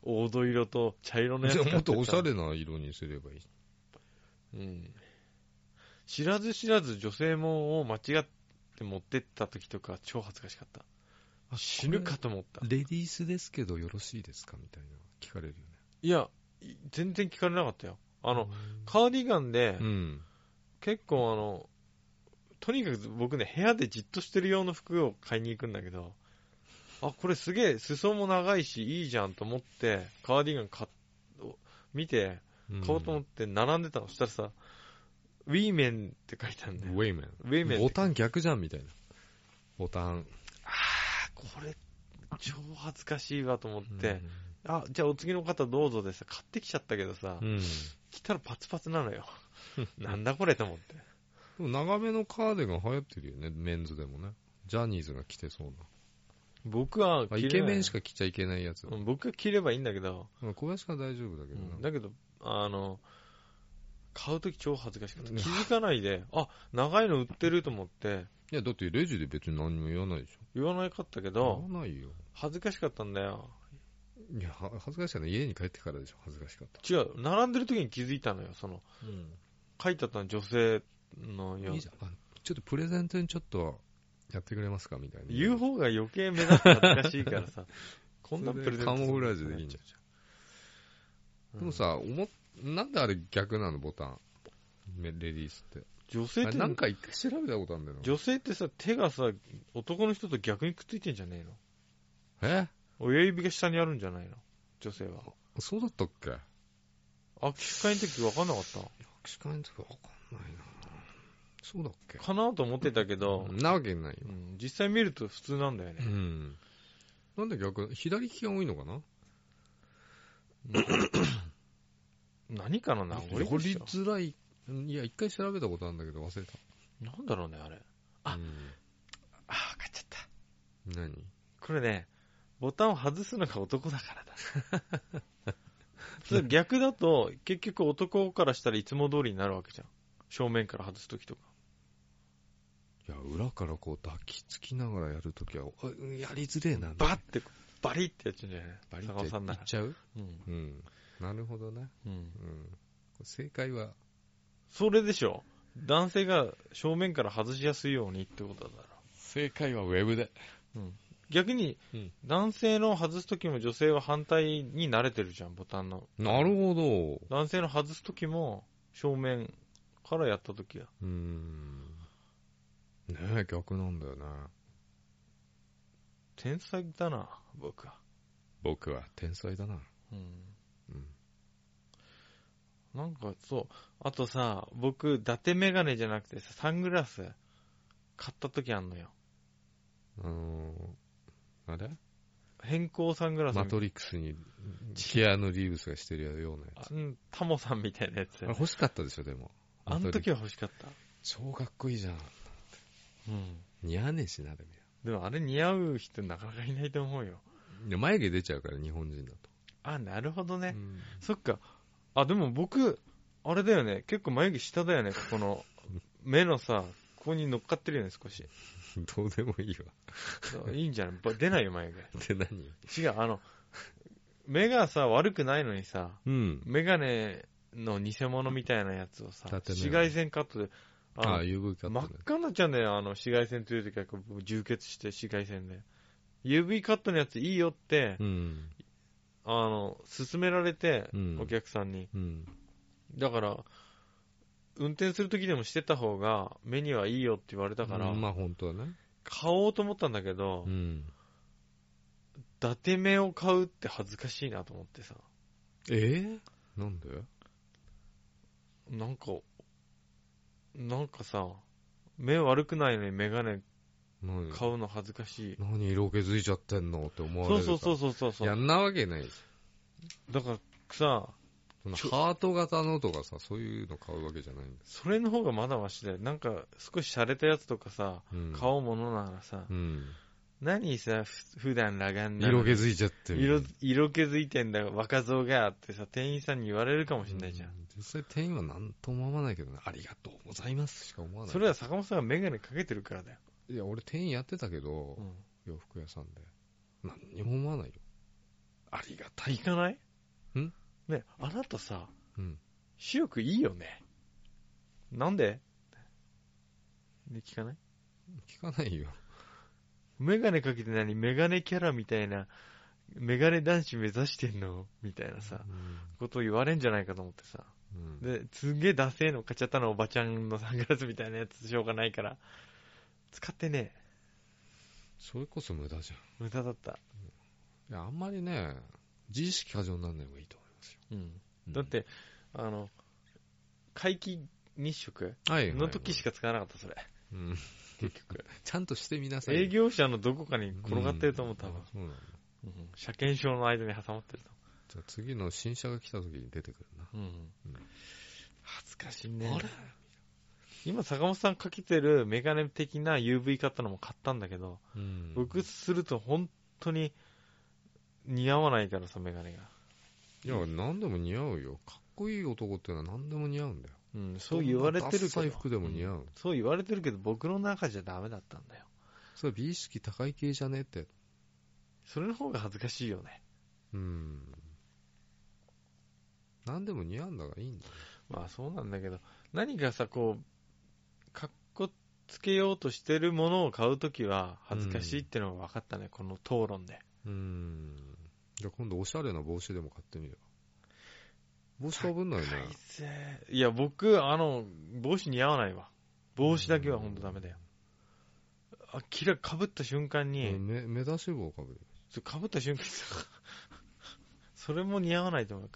[SPEAKER 2] 黄土色と茶色
[SPEAKER 3] ゃ
[SPEAKER 2] の
[SPEAKER 3] ん。
[SPEAKER 2] やつ
[SPEAKER 3] じゃ
[SPEAKER 2] 買
[SPEAKER 3] あ
[SPEAKER 2] って
[SPEAKER 3] もっとおしゃ
[SPEAKER 2] れ。
[SPEAKER 3] れな色にすればいいじ
[SPEAKER 2] うん。知らず知らず女性もを間違って持ってった時とか超恥ずかしかった。
[SPEAKER 3] ゃん。
[SPEAKER 2] 死ぬかと思った
[SPEAKER 3] こ。れ。レディースですけどよろしいですかみたいな。聞かれるよね。
[SPEAKER 2] いや、い全然聞かれなかったよ。あの、カーディガンで
[SPEAKER 3] う、ん。
[SPEAKER 2] 結構あの、とにかく僕ね、部屋でじっとしてる用の服を買いに行くんだけど、あ、これすげえ、裾も長いし、いいじゃんと思って、カーディガン買っ、見て、
[SPEAKER 3] うん
[SPEAKER 2] 買おうと思って並んでたの。そしたらさ、ウィーメンって書いてあるんだよ。
[SPEAKER 3] ウェイメン。
[SPEAKER 2] ウェイメンって。
[SPEAKER 3] ボタン逆じゃんみたいな。ボタン。
[SPEAKER 2] あこれ、超恥ずかしいわと思って、
[SPEAKER 3] うん
[SPEAKER 2] あ、じゃあお次の方どうぞでさ、買ってきちゃったけどさ、
[SPEAKER 3] うん。
[SPEAKER 2] 着たらパツパツなのよ。 なんだこれと思って。
[SPEAKER 3] でも長めのカーディガン流行ってるよね、メンズでもね。ジャニーズが着てそうな。
[SPEAKER 2] 僕は
[SPEAKER 3] あ
[SPEAKER 2] 着れない
[SPEAKER 3] イケメンしか着ちゃいけないやつ。
[SPEAKER 2] うん僕は着ればいいんだけど、
[SPEAKER 3] まあ小林は大丈夫だけどな。
[SPEAKER 2] だけど、あの、買うとき超恥ずかしかった。気づかない で、あ、長いの売ってると思って、
[SPEAKER 3] いや、だってレジで別に何も言わないでし
[SPEAKER 2] 言わなかったけ
[SPEAKER 3] ょ。
[SPEAKER 2] ど、
[SPEAKER 3] 言わないよ。
[SPEAKER 2] 恥ずかしかったんだよ。
[SPEAKER 3] いや、は恥ずかしかった。家に帰ってからでしょ、恥ずかしかった。
[SPEAKER 2] 違う、並んでる時に気づいたのよ、その、書いてあったの女性のよ
[SPEAKER 3] いいじゃん。あちょっとプレゼントにちょっとやってくれますかみたいな。
[SPEAKER 2] 言う方が余計目立って恥ずかしいから さ、こんな
[SPEAKER 3] そ
[SPEAKER 2] プレ
[SPEAKER 3] れで
[SPEAKER 2] ゼント
[SPEAKER 3] カモフラージュでいいんじゃん。でも
[SPEAKER 2] うん、
[SPEAKER 3] さ、思っなんであれ逆なの、ボタン。めレディースって。
[SPEAKER 2] 女性
[SPEAKER 3] あ
[SPEAKER 2] っ
[SPEAKER 3] れ
[SPEAKER 2] て、
[SPEAKER 3] なんか一回調べたことあるんだよな。
[SPEAKER 2] 女性ってさ、手がさ、男の人と逆にくっついてんじゃねえの
[SPEAKER 3] え
[SPEAKER 2] 親指が下にあるんじゃないの女性は。
[SPEAKER 3] そうだったっけ握
[SPEAKER 2] 握手会の時分かんなかった
[SPEAKER 3] 手会の時わかんないな。そうだっけ
[SPEAKER 2] かなと思ってたけど、
[SPEAKER 3] なわけないよ
[SPEAKER 2] う。ん実際見ると普通なんだよ
[SPEAKER 3] う
[SPEAKER 2] ね。
[SPEAKER 3] ん。なんで逆、左利きが多いのかな
[SPEAKER 2] 何かの名
[SPEAKER 3] 掘
[SPEAKER 2] 残で
[SPEAKER 3] り
[SPEAKER 2] しょ
[SPEAKER 3] づらい。うんいや、一回調べたことあるんだけど忘れた。
[SPEAKER 2] なんだろうね、あれ。あ
[SPEAKER 3] うん
[SPEAKER 2] あー、買っちゃった。
[SPEAKER 3] 何
[SPEAKER 2] これね、ボタンを外すのが男だからだ。 それ逆だと、結局男からしたらいつも通りになるわけじゃん。正面から外す時とか。
[SPEAKER 3] いや、裏からこう抱きつきながらやるときは、あうんやりづれえな。
[SPEAKER 2] バッて、バリってやっちゃうんじゃない
[SPEAKER 3] バリって
[SPEAKER 2] 坂尾さん
[SPEAKER 3] い
[SPEAKER 2] な
[SPEAKER 3] っ
[SPEAKER 2] ら。
[SPEAKER 3] ちゃう
[SPEAKER 2] うん
[SPEAKER 3] うん。なるほどね。
[SPEAKER 2] うん
[SPEAKER 3] うん。正解は、
[SPEAKER 2] それでしょ男性が正面から外しやすいようにってことだろ。
[SPEAKER 3] 正解はウェブで。
[SPEAKER 2] 逆に
[SPEAKER 3] うん、
[SPEAKER 2] 男性の外すときも女性は反対に慣れてるじゃん、ボタンの。
[SPEAKER 3] なるほど。
[SPEAKER 2] 男性の外すときも、正面からやったときや。
[SPEAKER 3] うーん。ねえ、逆なんだよね。
[SPEAKER 2] 天才だな、僕は。
[SPEAKER 3] 僕は天才だな。
[SPEAKER 2] うん。
[SPEAKER 3] うん。
[SPEAKER 2] なんか、そう。あとさ、僕、伊達メガネじゃなくてさ、サングラス、買ったときあんのよ。
[SPEAKER 3] あのー、あれ
[SPEAKER 2] 変更サングラスみ
[SPEAKER 3] マ
[SPEAKER 2] たい
[SPEAKER 3] トリックスに、キアヌ・リーブスがしてるようなや
[SPEAKER 2] な。
[SPEAKER 3] つ。
[SPEAKER 2] あんタモさんみたいなやつ
[SPEAKER 3] あれ。欲しかったでしょ、でも。
[SPEAKER 2] あの時
[SPEAKER 3] は。
[SPEAKER 2] は欲しかった。
[SPEAKER 3] 超かっこいいじゃん。
[SPEAKER 2] うん。
[SPEAKER 3] 似合わねえしな、でも
[SPEAKER 2] でもあれ似合う人なかなかいないと思うよ。
[SPEAKER 3] いや。眉毛出ちゃうから、日本人だと。
[SPEAKER 2] あ、なるほどね。
[SPEAKER 3] うん
[SPEAKER 2] そっか。あ、でも僕、あれだよね。結構眉毛下だよね。ここの、 目のさ、ここに乗っかってるよね、少し。
[SPEAKER 3] どうでもいいわ。
[SPEAKER 2] いいんじゃないば出ないよ、眉
[SPEAKER 3] って何
[SPEAKER 2] 毛。違う、あの、目がさ、悪くないのにさ、
[SPEAKER 3] うん。
[SPEAKER 2] メガネの偽物みたいなやつをさ、
[SPEAKER 3] 縦眼
[SPEAKER 2] 紫外線カットで、あの
[SPEAKER 3] ああ、UV カット
[SPEAKER 2] 真っ
[SPEAKER 3] ね。
[SPEAKER 2] 赤になっちゃうんだよ、あの、紫外線という時は、僕充血して紫外線で。UV カットのやついいよって、
[SPEAKER 3] うん。
[SPEAKER 2] あの、勧められて、
[SPEAKER 3] うん
[SPEAKER 2] お客さんに。
[SPEAKER 3] うん。
[SPEAKER 2] だから、運転する時でもしてた方が目にはいいよって言われたから、
[SPEAKER 3] うんまあ本当はね。
[SPEAKER 2] 買おうと思ったんだけど、
[SPEAKER 3] うん。
[SPEAKER 2] 伊達目を買うって恥ずかしいなと思ってさ、
[SPEAKER 3] ええなんで
[SPEAKER 2] なんかなんかさ、目悪くないのにメガネ
[SPEAKER 3] 何
[SPEAKER 2] 買うの恥ずかしい。
[SPEAKER 3] 何色気づいちゃってんのって思われ
[SPEAKER 2] そう
[SPEAKER 3] る
[SPEAKER 2] そうそうそ
[SPEAKER 3] そ
[SPEAKER 2] うそうそう。
[SPEAKER 3] やんなわけないじ
[SPEAKER 2] だからさ、
[SPEAKER 3] ゃん
[SPEAKER 2] ち
[SPEAKER 3] そ
[SPEAKER 2] ょ
[SPEAKER 3] んなハート型のとかさそういうの買うわけじゃないんだ、
[SPEAKER 2] それの方がまだマシだよ。なんか少し洒落たやつとかさ、
[SPEAKER 3] うん、
[SPEAKER 2] 買おうものならさ、
[SPEAKER 3] うん
[SPEAKER 2] 何さ、ふ普段裸眼なの
[SPEAKER 3] 色
[SPEAKER 2] に
[SPEAKER 3] 気づいちゃってる
[SPEAKER 2] 色色気づいてんだ若造がってさ店員さんに言われるかもしんないじゃん、
[SPEAKER 3] う実際店員は何とも思わないけどねありがとうございますしか思わない
[SPEAKER 2] それは坂本さんがメガネかけてるからだよ、
[SPEAKER 3] いや俺店員やってたけど、
[SPEAKER 2] うん、
[SPEAKER 3] 洋服屋さんで何にも思わないよありがたい
[SPEAKER 2] 聞かない
[SPEAKER 3] ん
[SPEAKER 2] ねあなたさ
[SPEAKER 3] うん
[SPEAKER 2] 視力いいよねなんでで聞かない
[SPEAKER 3] 聞かないよ
[SPEAKER 2] メガネかけて何メガネキャラみたいなメガネ男子目指してんのみたいなさことを言われんじゃないかと思ってさ
[SPEAKER 3] うんうん
[SPEAKER 2] ですんげえダセえの買っちゃったのおばちゃんのサングラスみたいなやつしょうがないから使ってねえ
[SPEAKER 3] それこそ無駄じゃん
[SPEAKER 2] 無駄だった
[SPEAKER 3] いやあんまりね自意識過剰にならない方がいいと思いますようん
[SPEAKER 2] だって、あの、皆既日食
[SPEAKER 3] はいはいはい
[SPEAKER 2] の時しか使わなかった、それ。
[SPEAKER 3] うん
[SPEAKER 2] 結局。
[SPEAKER 3] ちゃんとしてみなさいよ
[SPEAKER 2] 営業者のどこかに転がってると思う、多
[SPEAKER 3] ん
[SPEAKER 2] 分
[SPEAKER 3] あ。そうなんだ
[SPEAKER 2] うん車検証の間に挟まってると
[SPEAKER 3] じゃあ次の新車が来た時に出てくるな
[SPEAKER 2] 思う。
[SPEAKER 3] うん
[SPEAKER 2] 恥ずかしいね
[SPEAKER 3] あれ。
[SPEAKER 2] 今、坂本さんかけてるメガネ的な UV 買ったのも買ったんだけど、
[SPEAKER 3] うん
[SPEAKER 2] 僕すると本当に似合わないからさ、メガネが。
[SPEAKER 3] いや何でも似合うよかっこいい男っていうのは何でも似合うんだよ
[SPEAKER 2] うん、そう言われてるけ
[SPEAKER 3] ダ
[SPEAKER 2] ど。
[SPEAKER 3] サい服でも似合う、
[SPEAKER 2] んそう言われてるけど、僕の中じゃダメだったんだよ。
[SPEAKER 3] それ美意識高い系じゃねえって
[SPEAKER 2] それの方が恥ずかしいよね。
[SPEAKER 3] うん何でも似合うんだからいいんだよ
[SPEAKER 2] まあそうなんだけど、何かさ、こう、かっこつけようとしてるものを買うときは恥ずかしいってのが分かったね、この討論で。
[SPEAKER 3] うんじゃあ今度おしゃれな帽子でも買ってみれば帽子かぶんないね
[SPEAKER 2] 改正いや、僕、あの、帽子似合わないわ。帽子だけはほんとダメだよ。あ、キラ、かぶった瞬間に、
[SPEAKER 3] 目目出し帽かぶる
[SPEAKER 2] そうかぶった瞬間に さ、それも似合わないと思う。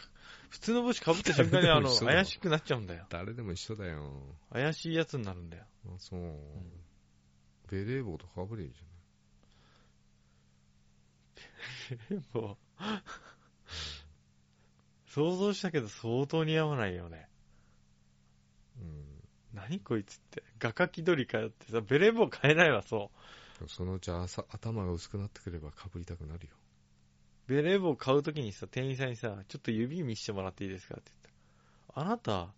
[SPEAKER 2] 普通の帽子かぶった瞬間に、あの、
[SPEAKER 3] 一緒だわ
[SPEAKER 2] 怪しくなっちゃうんだよ。
[SPEAKER 3] 誰でも一緒だよ
[SPEAKER 2] 怪しいやつになるんだよ。
[SPEAKER 3] あそう、ベレー帽とかぶればいいじ
[SPEAKER 2] もう、想像したけど相当似合わないよね。
[SPEAKER 3] ゃない、うん
[SPEAKER 2] 何こいつって。画家気取りかよってさ、ベレー帽買えないわ、そ
[SPEAKER 3] でもそのうち朝頭が薄くなってくればかぶりたくなるよ
[SPEAKER 2] う。ベレー帽買うときにさ、店員さんにさ、ちょっと指見してもらっていいですかって言った。あなた、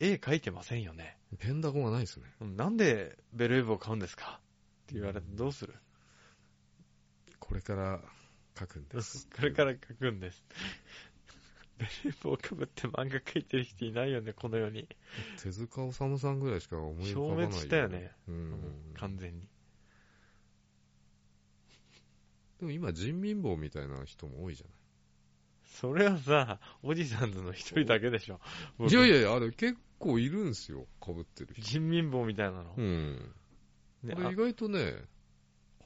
[SPEAKER 2] 絵描いてませんよね。
[SPEAKER 3] ペンダコがないですね
[SPEAKER 2] うんなんでベレー帽買うんですかって言われてどうする
[SPEAKER 3] これから書くんです
[SPEAKER 2] これから描くんです。ベレー帽かぶって漫画描いてる人いないよね、この世に。
[SPEAKER 3] 手塚治虫さんぐらいしか思い浮
[SPEAKER 2] 消
[SPEAKER 3] かばない
[SPEAKER 2] 滅したよね。
[SPEAKER 3] う
[SPEAKER 2] うんん、完全に。
[SPEAKER 3] でも今人民坊みたいな人も多いじゃ
[SPEAKER 2] それはさ、おじさんの一人だけで しょ。
[SPEAKER 3] ないいやいやいやあれ結構いるんすよかぶってる人
[SPEAKER 2] 人民棒みたいなの。
[SPEAKER 3] うん
[SPEAKER 2] ね
[SPEAKER 3] これ
[SPEAKER 2] あ
[SPEAKER 3] 意外とね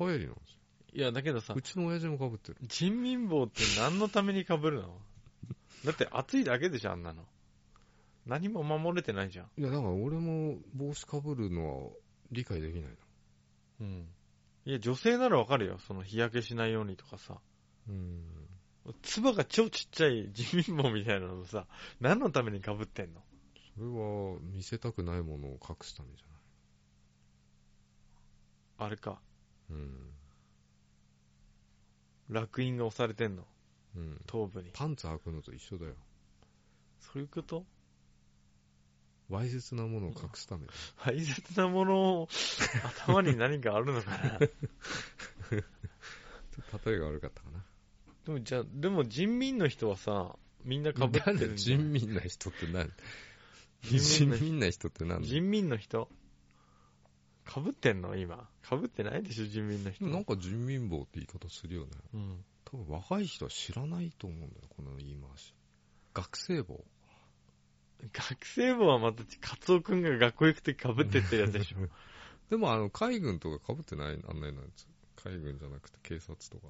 [SPEAKER 3] 流行りなんですよ
[SPEAKER 2] いや、だけどさ
[SPEAKER 3] う、ちの親父もかぶってる
[SPEAKER 2] 人民棒って何のために被るのだって暑いだけでしょ、あんなの。何も守れてないじゃん。
[SPEAKER 3] いやだから俺も帽子かぶるのは理解できないな
[SPEAKER 2] うん。いや、女性ならわかるよ。その日焼けしないようにとかさ。
[SPEAKER 3] うん
[SPEAKER 2] つばが超ちっちゃい人民棒みたいなのさ、何のために被ってんの
[SPEAKER 3] それは見せたくないものを隠すためじ
[SPEAKER 2] あれか。
[SPEAKER 3] ゃないうん
[SPEAKER 2] 楽印が押されてんの。
[SPEAKER 3] うん
[SPEAKER 2] 頭部に。
[SPEAKER 3] パンツ履くのと一緒だよ
[SPEAKER 2] そういうこと
[SPEAKER 3] わいせつなものを隠すためだよ
[SPEAKER 2] 大切なものを頭に何かあるのかな
[SPEAKER 3] ちょっと例えが悪かったかな
[SPEAKER 2] でもじゃあ、でも人民の人はさ、みんな被ってるんだ
[SPEAKER 3] 誰
[SPEAKER 2] よ
[SPEAKER 3] 人民な人って何
[SPEAKER 2] 人
[SPEAKER 3] 人
[SPEAKER 2] 民
[SPEAKER 3] 民な人って何
[SPEAKER 2] 人民の人被ってんの今。被ってないでしょ人民の人。
[SPEAKER 3] なんか人民坊って言い方するよね
[SPEAKER 2] うん。
[SPEAKER 3] 多分若い人は知らないと思うんだよこの言い回し学生坊
[SPEAKER 2] 学生帽はまた、カツオくんが学校行くとき被ってってるやつでしょ。
[SPEAKER 3] でもあの海軍とか被ってないあんなやつ海軍じゃなくて警察とか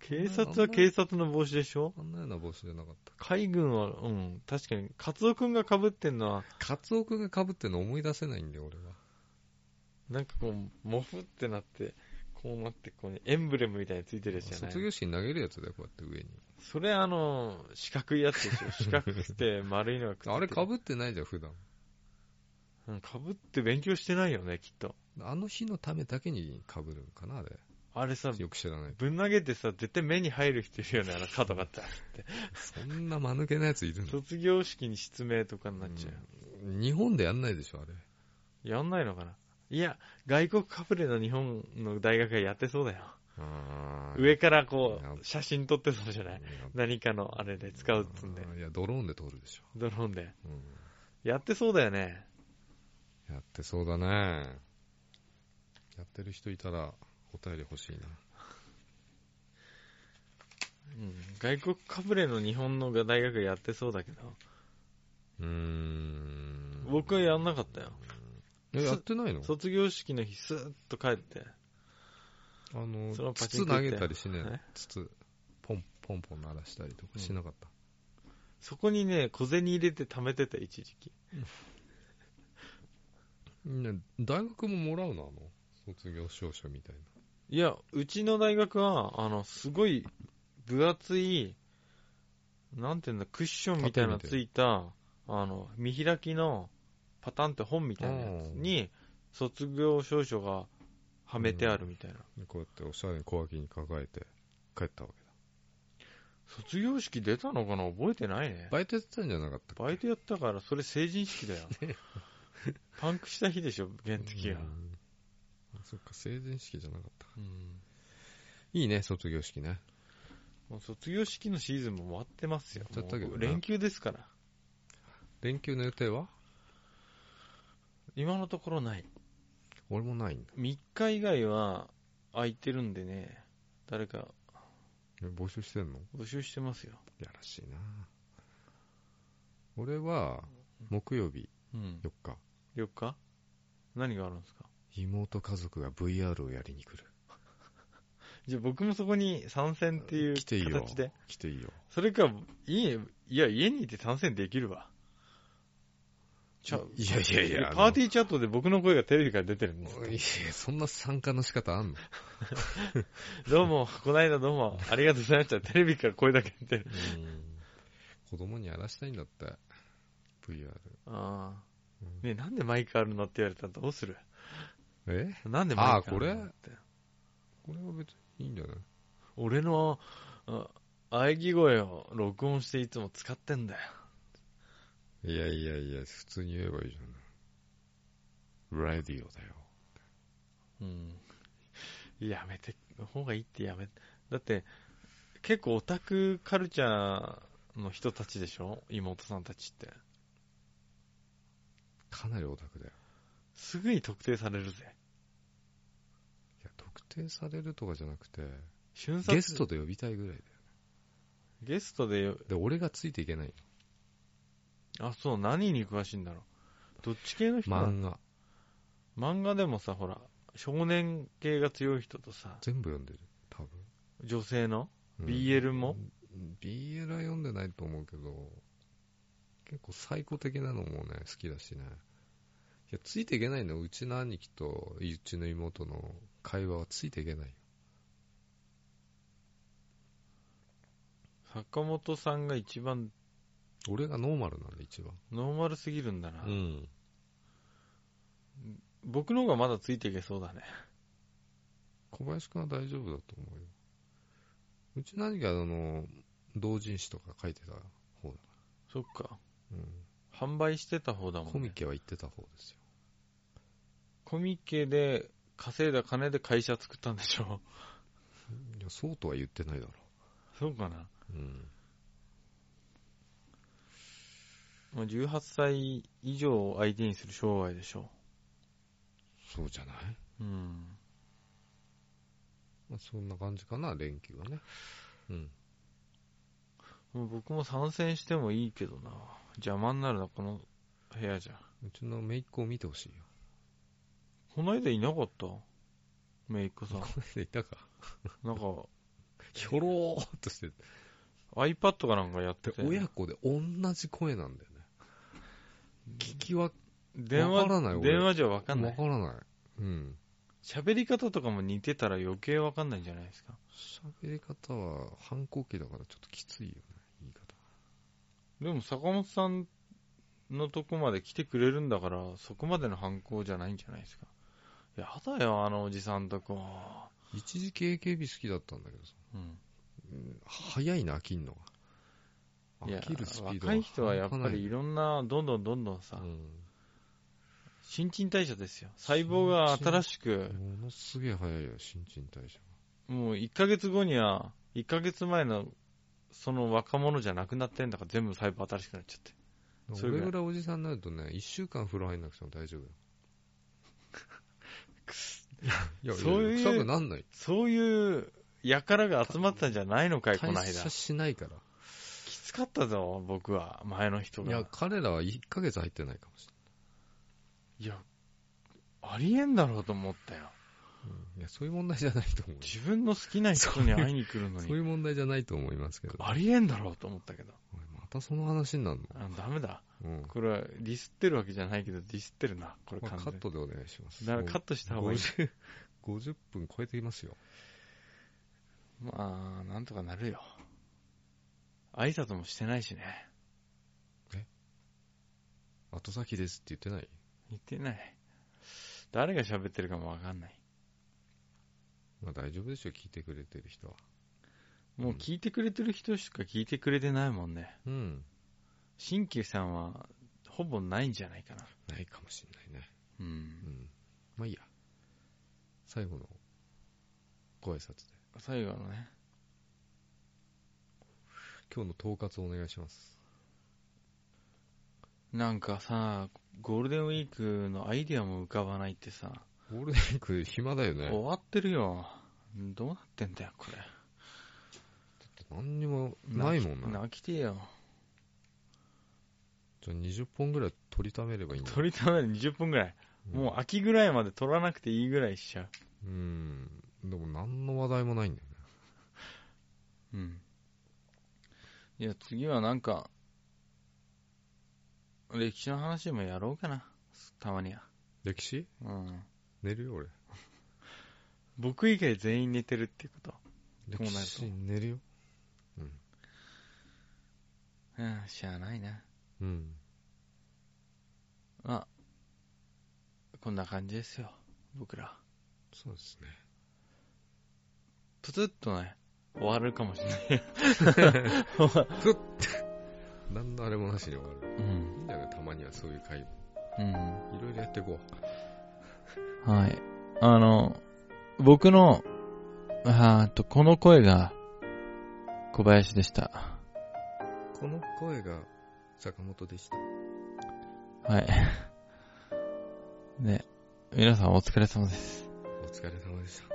[SPEAKER 2] 警察は警察の帽子でしょ
[SPEAKER 3] あんなような帽子じゃなかった。
[SPEAKER 2] 海軍は、うん、確かに、カツオくんが被ってんのは、
[SPEAKER 3] カツオ君が被ってんの思い出せないんだよ、俺は。
[SPEAKER 2] なんかこう、モフってなって、こうなって、こうね、エンブレムみたいについてるやつじゃない
[SPEAKER 3] 卒業式に投げるやつだよ、こうやって上に。
[SPEAKER 2] それあの、四角いやつでしょ。四角くて丸いのがくっついてる
[SPEAKER 3] あれ被ってないじゃん、普段。
[SPEAKER 2] うん、かぶって勉強してないよね、きっと。
[SPEAKER 3] あの日のためだけに被るんかな、あれ。
[SPEAKER 2] あれさ、
[SPEAKER 3] よく知らないけど。
[SPEAKER 2] ぶん投げてさ、絶対目に入る人いるよね、あの角がって。
[SPEAKER 3] そんな間抜けなやついるの
[SPEAKER 2] 卒業式に失明とかになっちゃう。
[SPEAKER 3] 日本でやんないでしょ、あれ。
[SPEAKER 2] やんないのかないや、外国かぶれの日本の大学がやってそうだよ。
[SPEAKER 3] あー
[SPEAKER 2] 上からこ
[SPEAKER 3] やっ
[SPEAKER 2] う、写真撮ってそうじゃない何かのあれで使うっつうんで、
[SPEAKER 3] あーいや、ドローンで撮るでしょ。
[SPEAKER 2] ドローンで。
[SPEAKER 3] うん
[SPEAKER 2] やってそうだよね。
[SPEAKER 3] やってそうだね。やってる人いたら、お便り欲しいな。
[SPEAKER 2] うん、外国かぶれの日本の大学がやってそうだけど、
[SPEAKER 3] うーん。
[SPEAKER 2] 僕はやんなかったよ。
[SPEAKER 3] え、やってないの
[SPEAKER 2] 卒業式の日、スーッと帰って、
[SPEAKER 3] あ
[SPEAKER 2] その
[SPEAKER 3] の、
[SPEAKER 2] パチン
[SPEAKER 3] 筒
[SPEAKER 2] コ行っ
[SPEAKER 3] 投
[SPEAKER 2] て
[SPEAKER 3] げたりしね
[SPEAKER 2] え
[SPEAKER 3] え。筒、ポン、ポンポン鳴らしたりとかしなかった。
[SPEAKER 2] そこにね、小銭入れて貯めてた、一時期。
[SPEAKER 3] ね、大学ももらうのあの、卒業証書みたいな。
[SPEAKER 2] いや、うちの大学は、あの、すごい分厚い、なんていうんだ、クッションみたいなの
[SPEAKER 3] 縦み
[SPEAKER 2] つ
[SPEAKER 3] たい
[SPEAKER 2] いた、あの、見開きのパタンって本みたいなやつに、卒業証書がはめてあるみたいな。
[SPEAKER 3] でこうやっておしゃれに小脇に抱えて帰ったわけだ。
[SPEAKER 2] 卒業式出たのかな覚えてないね。
[SPEAKER 3] バイトやってたんじゃなかったっけ
[SPEAKER 2] バイトやったから、それ成人式 だよ。パンクした日でしょ、原付が
[SPEAKER 3] う。んそっか、成人式じゃなかったか。
[SPEAKER 2] うん
[SPEAKER 3] いいね、卒業式ね。
[SPEAKER 2] もう卒業式のシーズンも終わってますよ。
[SPEAKER 3] 終わっちゃったけど
[SPEAKER 2] もう
[SPEAKER 3] な
[SPEAKER 2] 連休ですから。
[SPEAKER 3] 連休の予定は
[SPEAKER 2] 今のところない。
[SPEAKER 3] 俺もないんだ。
[SPEAKER 2] 3日以外は空いてるんでね、誰か
[SPEAKER 3] え募集してんの
[SPEAKER 2] 募集してますよ。
[SPEAKER 3] やらしいな俺は、木曜日
[SPEAKER 2] うん。
[SPEAKER 3] 4日、
[SPEAKER 2] 4日何があるんですか
[SPEAKER 3] 妹家族が VR をやりに来る。
[SPEAKER 2] じゃあ僕もそこに参戦っていう
[SPEAKER 3] 来ていいよ
[SPEAKER 2] 形で。。
[SPEAKER 3] 来ていいよ。
[SPEAKER 2] それか、家、いや、家にいて参戦できるわ。ちゃ
[SPEAKER 3] いやいやいや、
[SPEAKER 2] パーテ
[SPEAKER 3] ィ
[SPEAKER 2] ィーチャットで僕の声がテレビから出てるんです。
[SPEAKER 3] いや、そんな参加の仕方あんの
[SPEAKER 2] どうも、こないだどうも、ありがとうございました。テレビから声だけ出てる。
[SPEAKER 3] 子供にやらしたいんだって。VR。
[SPEAKER 2] ああ。ねえなんでマイクあるのって言われたらどうする
[SPEAKER 3] え
[SPEAKER 2] なんでマイクあるの
[SPEAKER 3] あーこれ
[SPEAKER 2] って
[SPEAKER 3] これは別にいいんじゃない
[SPEAKER 2] 俺のあ喘ぎ声を録音していつも使ってんだよ。
[SPEAKER 3] いやいやいや、普通に言えばいいじゃない。ラディオだよ。
[SPEAKER 2] うん。やめて、方がいいってやめて。だって、結構オタクカルチャーの人たちでしょ妹さんたちって。
[SPEAKER 3] かなりオタクだよ。
[SPEAKER 2] すぐに特定されるぜ。
[SPEAKER 3] いや、特定されるとかじゃなくて、
[SPEAKER 2] 瞬殺
[SPEAKER 3] ゲストで呼びたいぐらいだよ。
[SPEAKER 2] ゲストで、
[SPEAKER 3] で、俺がついていけない。
[SPEAKER 2] あ、そう、何に詳しいんだろう。どっち系の人なの
[SPEAKER 3] 漫画。
[SPEAKER 2] 漫画でもさ、ほら、少年系が強い人とさ、
[SPEAKER 3] 全部読んでる。多分。
[SPEAKER 2] 女性の
[SPEAKER 3] うん
[SPEAKER 2] BL も、
[SPEAKER 3] BL は読んでないと思うけど、結構最高的なのもね、好きだしね。いや、ついていけないの、うちの兄貴とうちの妹の会話はついていけないよ。
[SPEAKER 2] 坂本さんが一番
[SPEAKER 3] 俺がノーマルなんで、一番。
[SPEAKER 2] ノーマルすぎるんだな。
[SPEAKER 3] ん。
[SPEAKER 2] 僕の方がまだついていけそうだね。
[SPEAKER 3] 小林くんは大丈夫だと思うよ。うちの兄貴は、あの、同人誌とか書いてた方だ。
[SPEAKER 2] そっか。
[SPEAKER 3] うん。
[SPEAKER 2] 販売してた方だもん、ね。
[SPEAKER 3] コミケは行ってた方ですよ。
[SPEAKER 2] コミケで稼いだ金で会社作ったんでしょ
[SPEAKER 3] いや、そうとは言ってないだろ
[SPEAKER 2] そう かな。
[SPEAKER 3] う。うん。
[SPEAKER 2] もう18歳以上を相手にする商売でしょ。
[SPEAKER 3] そうじゃない
[SPEAKER 2] うん。
[SPEAKER 3] まあ、そんな感じかな、連休はね。うん。
[SPEAKER 2] もう僕も参戦してもいいけどな。邪魔になるな、この部屋じゃ。
[SPEAKER 3] うちの姪っ子を見てほしいよ。
[SPEAKER 2] この間いなかっためいっ子さん。
[SPEAKER 3] この間いたか。
[SPEAKER 2] なんか、
[SPEAKER 3] ひょろーっとしてて
[SPEAKER 2] iPad かなんかやってて、
[SPEAKER 3] 親子で同じ声なんだよね。聞きは
[SPEAKER 2] 電
[SPEAKER 3] わからない
[SPEAKER 2] 話、
[SPEAKER 3] 俺
[SPEAKER 2] 電話じゃわかんな
[SPEAKER 3] わ
[SPEAKER 2] い
[SPEAKER 3] か。らない。うん。
[SPEAKER 2] 喋り方とかも似てたら余計わかんないんじゃないですか。
[SPEAKER 3] 喋り方は反抗期だからちょっときついよね、言い方。
[SPEAKER 2] でも坂本さんのとこまで来てくれるんだから、そこまでの反抗じゃないんじゃないですか。やだよ、あのおじさんとこ。
[SPEAKER 3] 一時期 AKB 好きだったんだけどさ、
[SPEAKER 2] うん。
[SPEAKER 3] うん早いな、飽きんのが。
[SPEAKER 2] いや
[SPEAKER 3] 飽きるスピード
[SPEAKER 2] 若い人はやっぱ
[SPEAKER 3] 半端ない
[SPEAKER 2] りいろんな、どんどんどんどんさ、
[SPEAKER 3] う
[SPEAKER 2] 新陳代謝ですよ。細胞が新しく、
[SPEAKER 3] ん、ものすげえ早いよ、新陳代謝
[SPEAKER 2] もう1ヶ月後には、1ヶ月前のその若者じゃなくなってんだから全部細胞新しくなっちゃって。
[SPEAKER 3] が。
[SPEAKER 2] そ
[SPEAKER 3] そ
[SPEAKER 2] れ
[SPEAKER 3] れ
[SPEAKER 2] ぐらい
[SPEAKER 3] ぐらいおじさんになるとね、1週間風呂入んなくても大 丈夫よ。いやいや
[SPEAKER 2] そういう
[SPEAKER 3] 臭くなんない。
[SPEAKER 2] そういう、やからが集まったんじゃないのかい、この間。
[SPEAKER 3] 代謝しないから。
[SPEAKER 2] きつかったぞ、僕は、前の人
[SPEAKER 3] いや
[SPEAKER 2] が。、
[SPEAKER 3] 彼らは1ヶ月入ってないかもし
[SPEAKER 2] いや、ありえんだろうと思ったよ。
[SPEAKER 3] れない。いや、そういう問題じゃないと 思うよ。
[SPEAKER 2] 自分の好きな人に会いに来るの
[SPEAKER 3] そうい
[SPEAKER 2] に、
[SPEAKER 3] う問題じゃないと思いますけど。
[SPEAKER 2] ありえんだろうと思ったけど。
[SPEAKER 3] おいまたその話になるの
[SPEAKER 2] あダメだ。
[SPEAKER 3] うん。
[SPEAKER 2] これは、ディスってるわけじゃないけど、ディスってるな、これ
[SPEAKER 3] まあ
[SPEAKER 2] 完
[SPEAKER 3] カ
[SPEAKER 2] 全
[SPEAKER 3] ッ
[SPEAKER 2] に。
[SPEAKER 3] トでお願いします。
[SPEAKER 2] だからカットした方がいい。
[SPEAKER 3] 50 50分超えていますよ。
[SPEAKER 2] まあ、なんとかなるよ。挨拶もしてないしね。
[SPEAKER 3] 後先ですって言ってない
[SPEAKER 2] 言ってない。誰が喋ってるかもわかんない。
[SPEAKER 3] まあ大丈夫でしょ、聞いてくれてる人は。
[SPEAKER 2] もう聞いてくれてる人しか聞いてくれてないもんね。
[SPEAKER 3] うん。
[SPEAKER 2] 新規さんは、ほぼないんじゃないかな。
[SPEAKER 3] ないかもしんないね。
[SPEAKER 2] う。
[SPEAKER 3] うんん。まあいいや。最後のご挨拶で。
[SPEAKER 2] 最後のね。
[SPEAKER 3] 今日の統括をお願いします。
[SPEAKER 2] なんかさ、ゴールデンウィークのアイディアも浮かばないってさ、
[SPEAKER 3] ゴールデンウィーク暇だよね。
[SPEAKER 2] 終わってるよ。どうなってんだよ、これ。
[SPEAKER 3] 何にもないもんな。
[SPEAKER 2] 泣き泣きてえよ。
[SPEAKER 3] じゃあ20本ぐらい取りためればいいんだ。
[SPEAKER 2] 取りためる20分ぐらい。もう秋ぐらいまで取らなくていいぐらいしちゃう。
[SPEAKER 3] うん。でも何の話題もないんだよね。
[SPEAKER 2] うん。いや、次はなんか、歴史の話でもやろうかな。たまには。
[SPEAKER 3] 歴史
[SPEAKER 2] うん。
[SPEAKER 3] 寝るよ、俺。
[SPEAKER 2] 僕以外全員寝てるっていうこと。
[SPEAKER 3] 歴史寝るよ。
[SPEAKER 2] うん、しゃあないな。
[SPEAKER 3] うん。
[SPEAKER 2] まあ、こんな感じですよ。僕ら。
[SPEAKER 3] そうですね。
[SPEAKER 2] プツッとね、終わるかもしれない。
[SPEAKER 3] 何のあれもなしに終わる。
[SPEAKER 2] うん。
[SPEAKER 3] いいんだよね、たまにはそういう回も。
[SPEAKER 2] うん。
[SPEAKER 3] いろいろやっていこ
[SPEAKER 2] はい。あの、僕の、あーっと、この声が、小林でした。
[SPEAKER 3] う。この声が坂本でした。
[SPEAKER 2] はい。 ね、皆さんお疲れ様です。
[SPEAKER 3] お疲れ様でした。